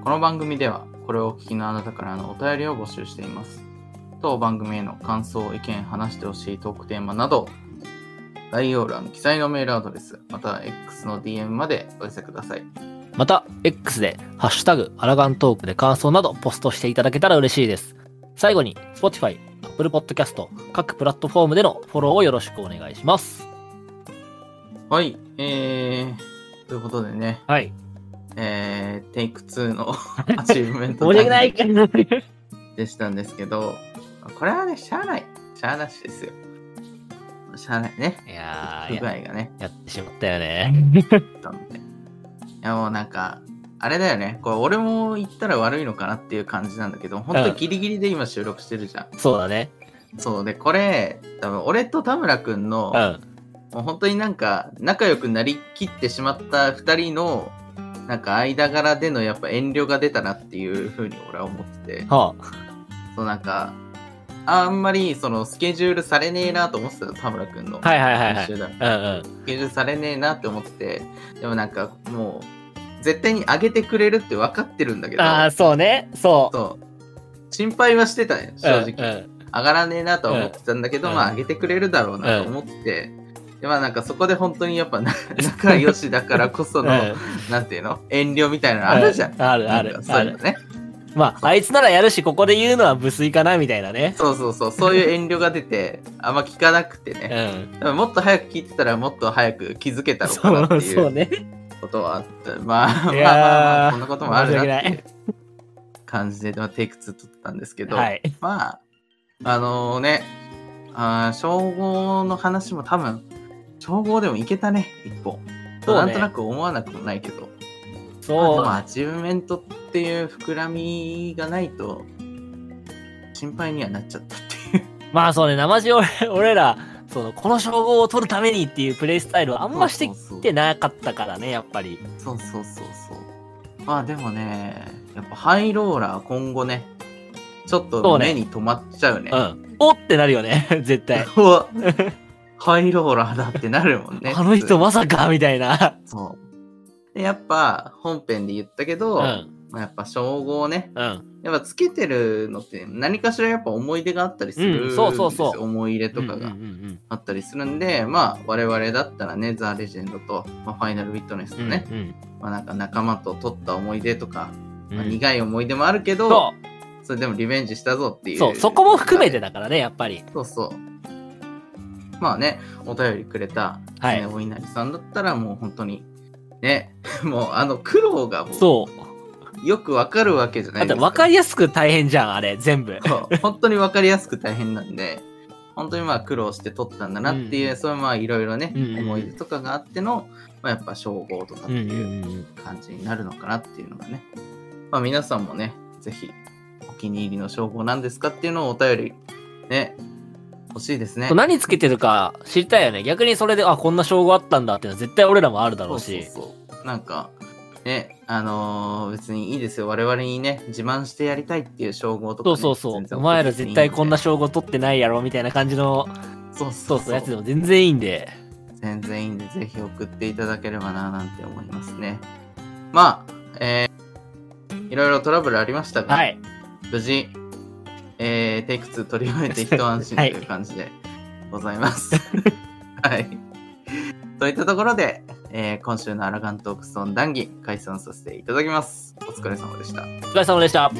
Speaker 1: この番組ではこれをお聞きのあなたからのお便りを募集しています。当番組への感想、意見、話してほしいトークテーマなど、概要欄記載のメールアドレス、または X の DM までお寄せください。
Speaker 2: また、X で、ハッシュタグ、アラガントークで感想などポストしていただけたら嬉しいです。最後に、Spotify、Apple Podcast、各プラットフォームでのフォローをよろしくお願いします。
Speaker 1: はい、えー、ということでね、
Speaker 2: はい。
Speaker 1: えー、テイク2の
Speaker 2: <laughs>
Speaker 1: アチーブメント
Speaker 2: 申し訳ないけど。
Speaker 1: でしたんですけど、これはね、しゃあない。しゃあなしですよ。しゃあないね。
Speaker 2: いや
Speaker 1: 不
Speaker 2: ー
Speaker 1: 具合
Speaker 2: や、
Speaker 1: がね、
Speaker 2: やってしまったよね。
Speaker 1: あったんで。いや、もうなんか、あれだよね。これ、俺も言ったら悪いのかなっていう感じなんだけど、本当
Speaker 2: うん
Speaker 1: ギリギリで今収録してるじゃん。
Speaker 2: そうだね。
Speaker 1: そうで、これ、多分俺と田村くんの、
Speaker 2: うん。
Speaker 1: もう本当になんか仲良くなりきってしまった2人のなんか間柄でのやっぱ遠慮が出たなっていうふうに俺は思ってて
Speaker 2: は
Speaker 1: そうなんかあんまりそのスケジュールされねえなと思ってたの田村君の
Speaker 2: あ、はいはいはいはい。
Speaker 1: 編集だ
Speaker 2: うんうん。
Speaker 1: スケジュールされねえなって思っててでもなんかもう絶対に上げてくれるって分かってるんだけど
Speaker 2: ああ、そうね。そう。
Speaker 1: そう心配はしてたね正直、
Speaker 2: うんうん
Speaker 1: 上がらねえなとは思ってたんだけど、
Speaker 2: うん
Speaker 1: まあ上げてくれるだろうなと思ってて、でまあなんかそこで本当にやっぱな <laughs> 仲良しだからこその、
Speaker 2: うん
Speaker 1: なんていうの遠慮みたいなのあるじゃん。
Speaker 2: あるあ
Speaker 1: な
Speaker 2: る
Speaker 1: んかそ
Speaker 2: あ
Speaker 1: ういうの
Speaker 2: る。
Speaker 1: ね。
Speaker 2: まあ、あいつならやるし、ここで言うのは無粋かな、みたいなね。
Speaker 1: そうそうそう、そういう遠慮が出て、あんま聞かなくて
Speaker 2: う
Speaker 1: ね。
Speaker 2: ん。
Speaker 1: でももっと早く聞いてたら、もっと早く気づけたろうかなって
Speaker 2: そう、
Speaker 1: い
Speaker 2: そう
Speaker 1: う
Speaker 2: ね。
Speaker 1: ことはあって、まあまあ
Speaker 2: い
Speaker 1: まあま
Speaker 2: や
Speaker 1: あ、
Speaker 2: ー
Speaker 1: こんなこともあるなってい
Speaker 2: 申
Speaker 1: う感じで、まあ、テイク2取ったんですけど、
Speaker 2: はい。
Speaker 1: まあ、あのね、あー称号の話も多分、称号でもいけたね、一本。
Speaker 2: そ
Speaker 1: な
Speaker 2: うね
Speaker 1: んとなく思わなくもないけど、
Speaker 2: そ
Speaker 1: まあ、ア
Speaker 2: う。
Speaker 1: チーブメントっていう膨らみがないと、心配にはなっちゃったっていう。
Speaker 2: まあ、そうね。生地俺 <laughs> 俺ら、その、この称号を取るためにっていうプレイスタイルをあんましてき
Speaker 1: そう
Speaker 2: てなかったからね、やっぱり。
Speaker 1: そうそうそうそう。まあでもね、やっぱハイローラー今後ね、ちょっ
Speaker 2: そ
Speaker 1: と
Speaker 2: うね
Speaker 1: 目に留まっちゃうね。
Speaker 2: うん。おってなるよね、 <laughs>
Speaker 1: <laughs>
Speaker 2: 絶対。
Speaker 1: うわハイローラーだってなるもんね。
Speaker 2: <laughs> あの人まさか、みたいな。
Speaker 1: そう。で、やっぱ本編で言ったけど、
Speaker 2: うん。
Speaker 1: まあ、やっぱ称号ね、
Speaker 2: うん。
Speaker 1: やっぱつけてるのって何かしらやっぱ思い出があったりするんですよ、
Speaker 2: うんそうそうそう
Speaker 1: 思い入れとか
Speaker 2: うんうんう
Speaker 1: が
Speaker 2: ん
Speaker 1: あったりするんで、まあ我々だったらね、ザ・レジェンドと、まあ、ファイナル・ウィットネス
Speaker 2: う
Speaker 1: と
Speaker 2: ん。
Speaker 1: ね、
Speaker 2: うん
Speaker 1: まあなんか仲間と取った思い出とか、
Speaker 2: うん。
Speaker 1: まあ
Speaker 2: うん
Speaker 1: 苦い思い出もあるけど、
Speaker 2: そ。
Speaker 1: それでもリベンジしたぞっていうう。
Speaker 2: そう。そこも含めてだからね、やっぱり。
Speaker 1: そうそう。まあね、お便りくれた、
Speaker 2: はい
Speaker 1: ねお稲荷さんだったらもう本当に、ね、 <laughs> もうあの苦労がも
Speaker 2: そう。
Speaker 1: うよくわかるわけじゃな
Speaker 2: だっ
Speaker 1: い
Speaker 2: て
Speaker 1: です
Speaker 2: 分かりやすく大変じゃん、あれ、全部。
Speaker 1: そう本当にわかりやすく大変なんで、本当にまあ苦労して取ったんだなっていう、そういうまあいろいろね、
Speaker 2: うんうんうん
Speaker 1: 思い出とかがあっての、まあ、やっぱ称号とかっ
Speaker 2: う
Speaker 1: て
Speaker 2: んう
Speaker 1: いうん
Speaker 2: うん。
Speaker 1: 感じになるのかなっていうのがね、まあ、皆さんもねぜひお気に入りの称号なんですかっていうのをお便りね欲しいですね
Speaker 2: 何つけてるか知りたいよね。逆にそれで、あ、こんな称号あったんだっていうのは絶対俺らもあるだろ
Speaker 1: そうう
Speaker 2: し。
Speaker 1: そうそうなんかねあのー別にいいですよ我々にね自慢してやりたいっていう称号とか
Speaker 2: そ
Speaker 1: ね、
Speaker 2: うそうそう
Speaker 1: 全然
Speaker 2: お前ら絶対こんな
Speaker 1: 送
Speaker 2: 称号取ってないやろみたいな感じ
Speaker 1: っ
Speaker 2: の、
Speaker 1: ていいんでそうそ
Speaker 2: そうう
Speaker 1: そう
Speaker 2: そう、やつでも全然いいんで。
Speaker 1: 全然いいんでぜひ送っていただければななんて思いますねまあえーいろいろトラブルありましたが、
Speaker 2: はい。
Speaker 1: 無事、えー、テイク2取り終えて一安心という感じでございます。はい。といったところで、えー今週のアラガントークストーン談義解散させていただきます。お疲れ様でした。
Speaker 2: お疲れ様でした。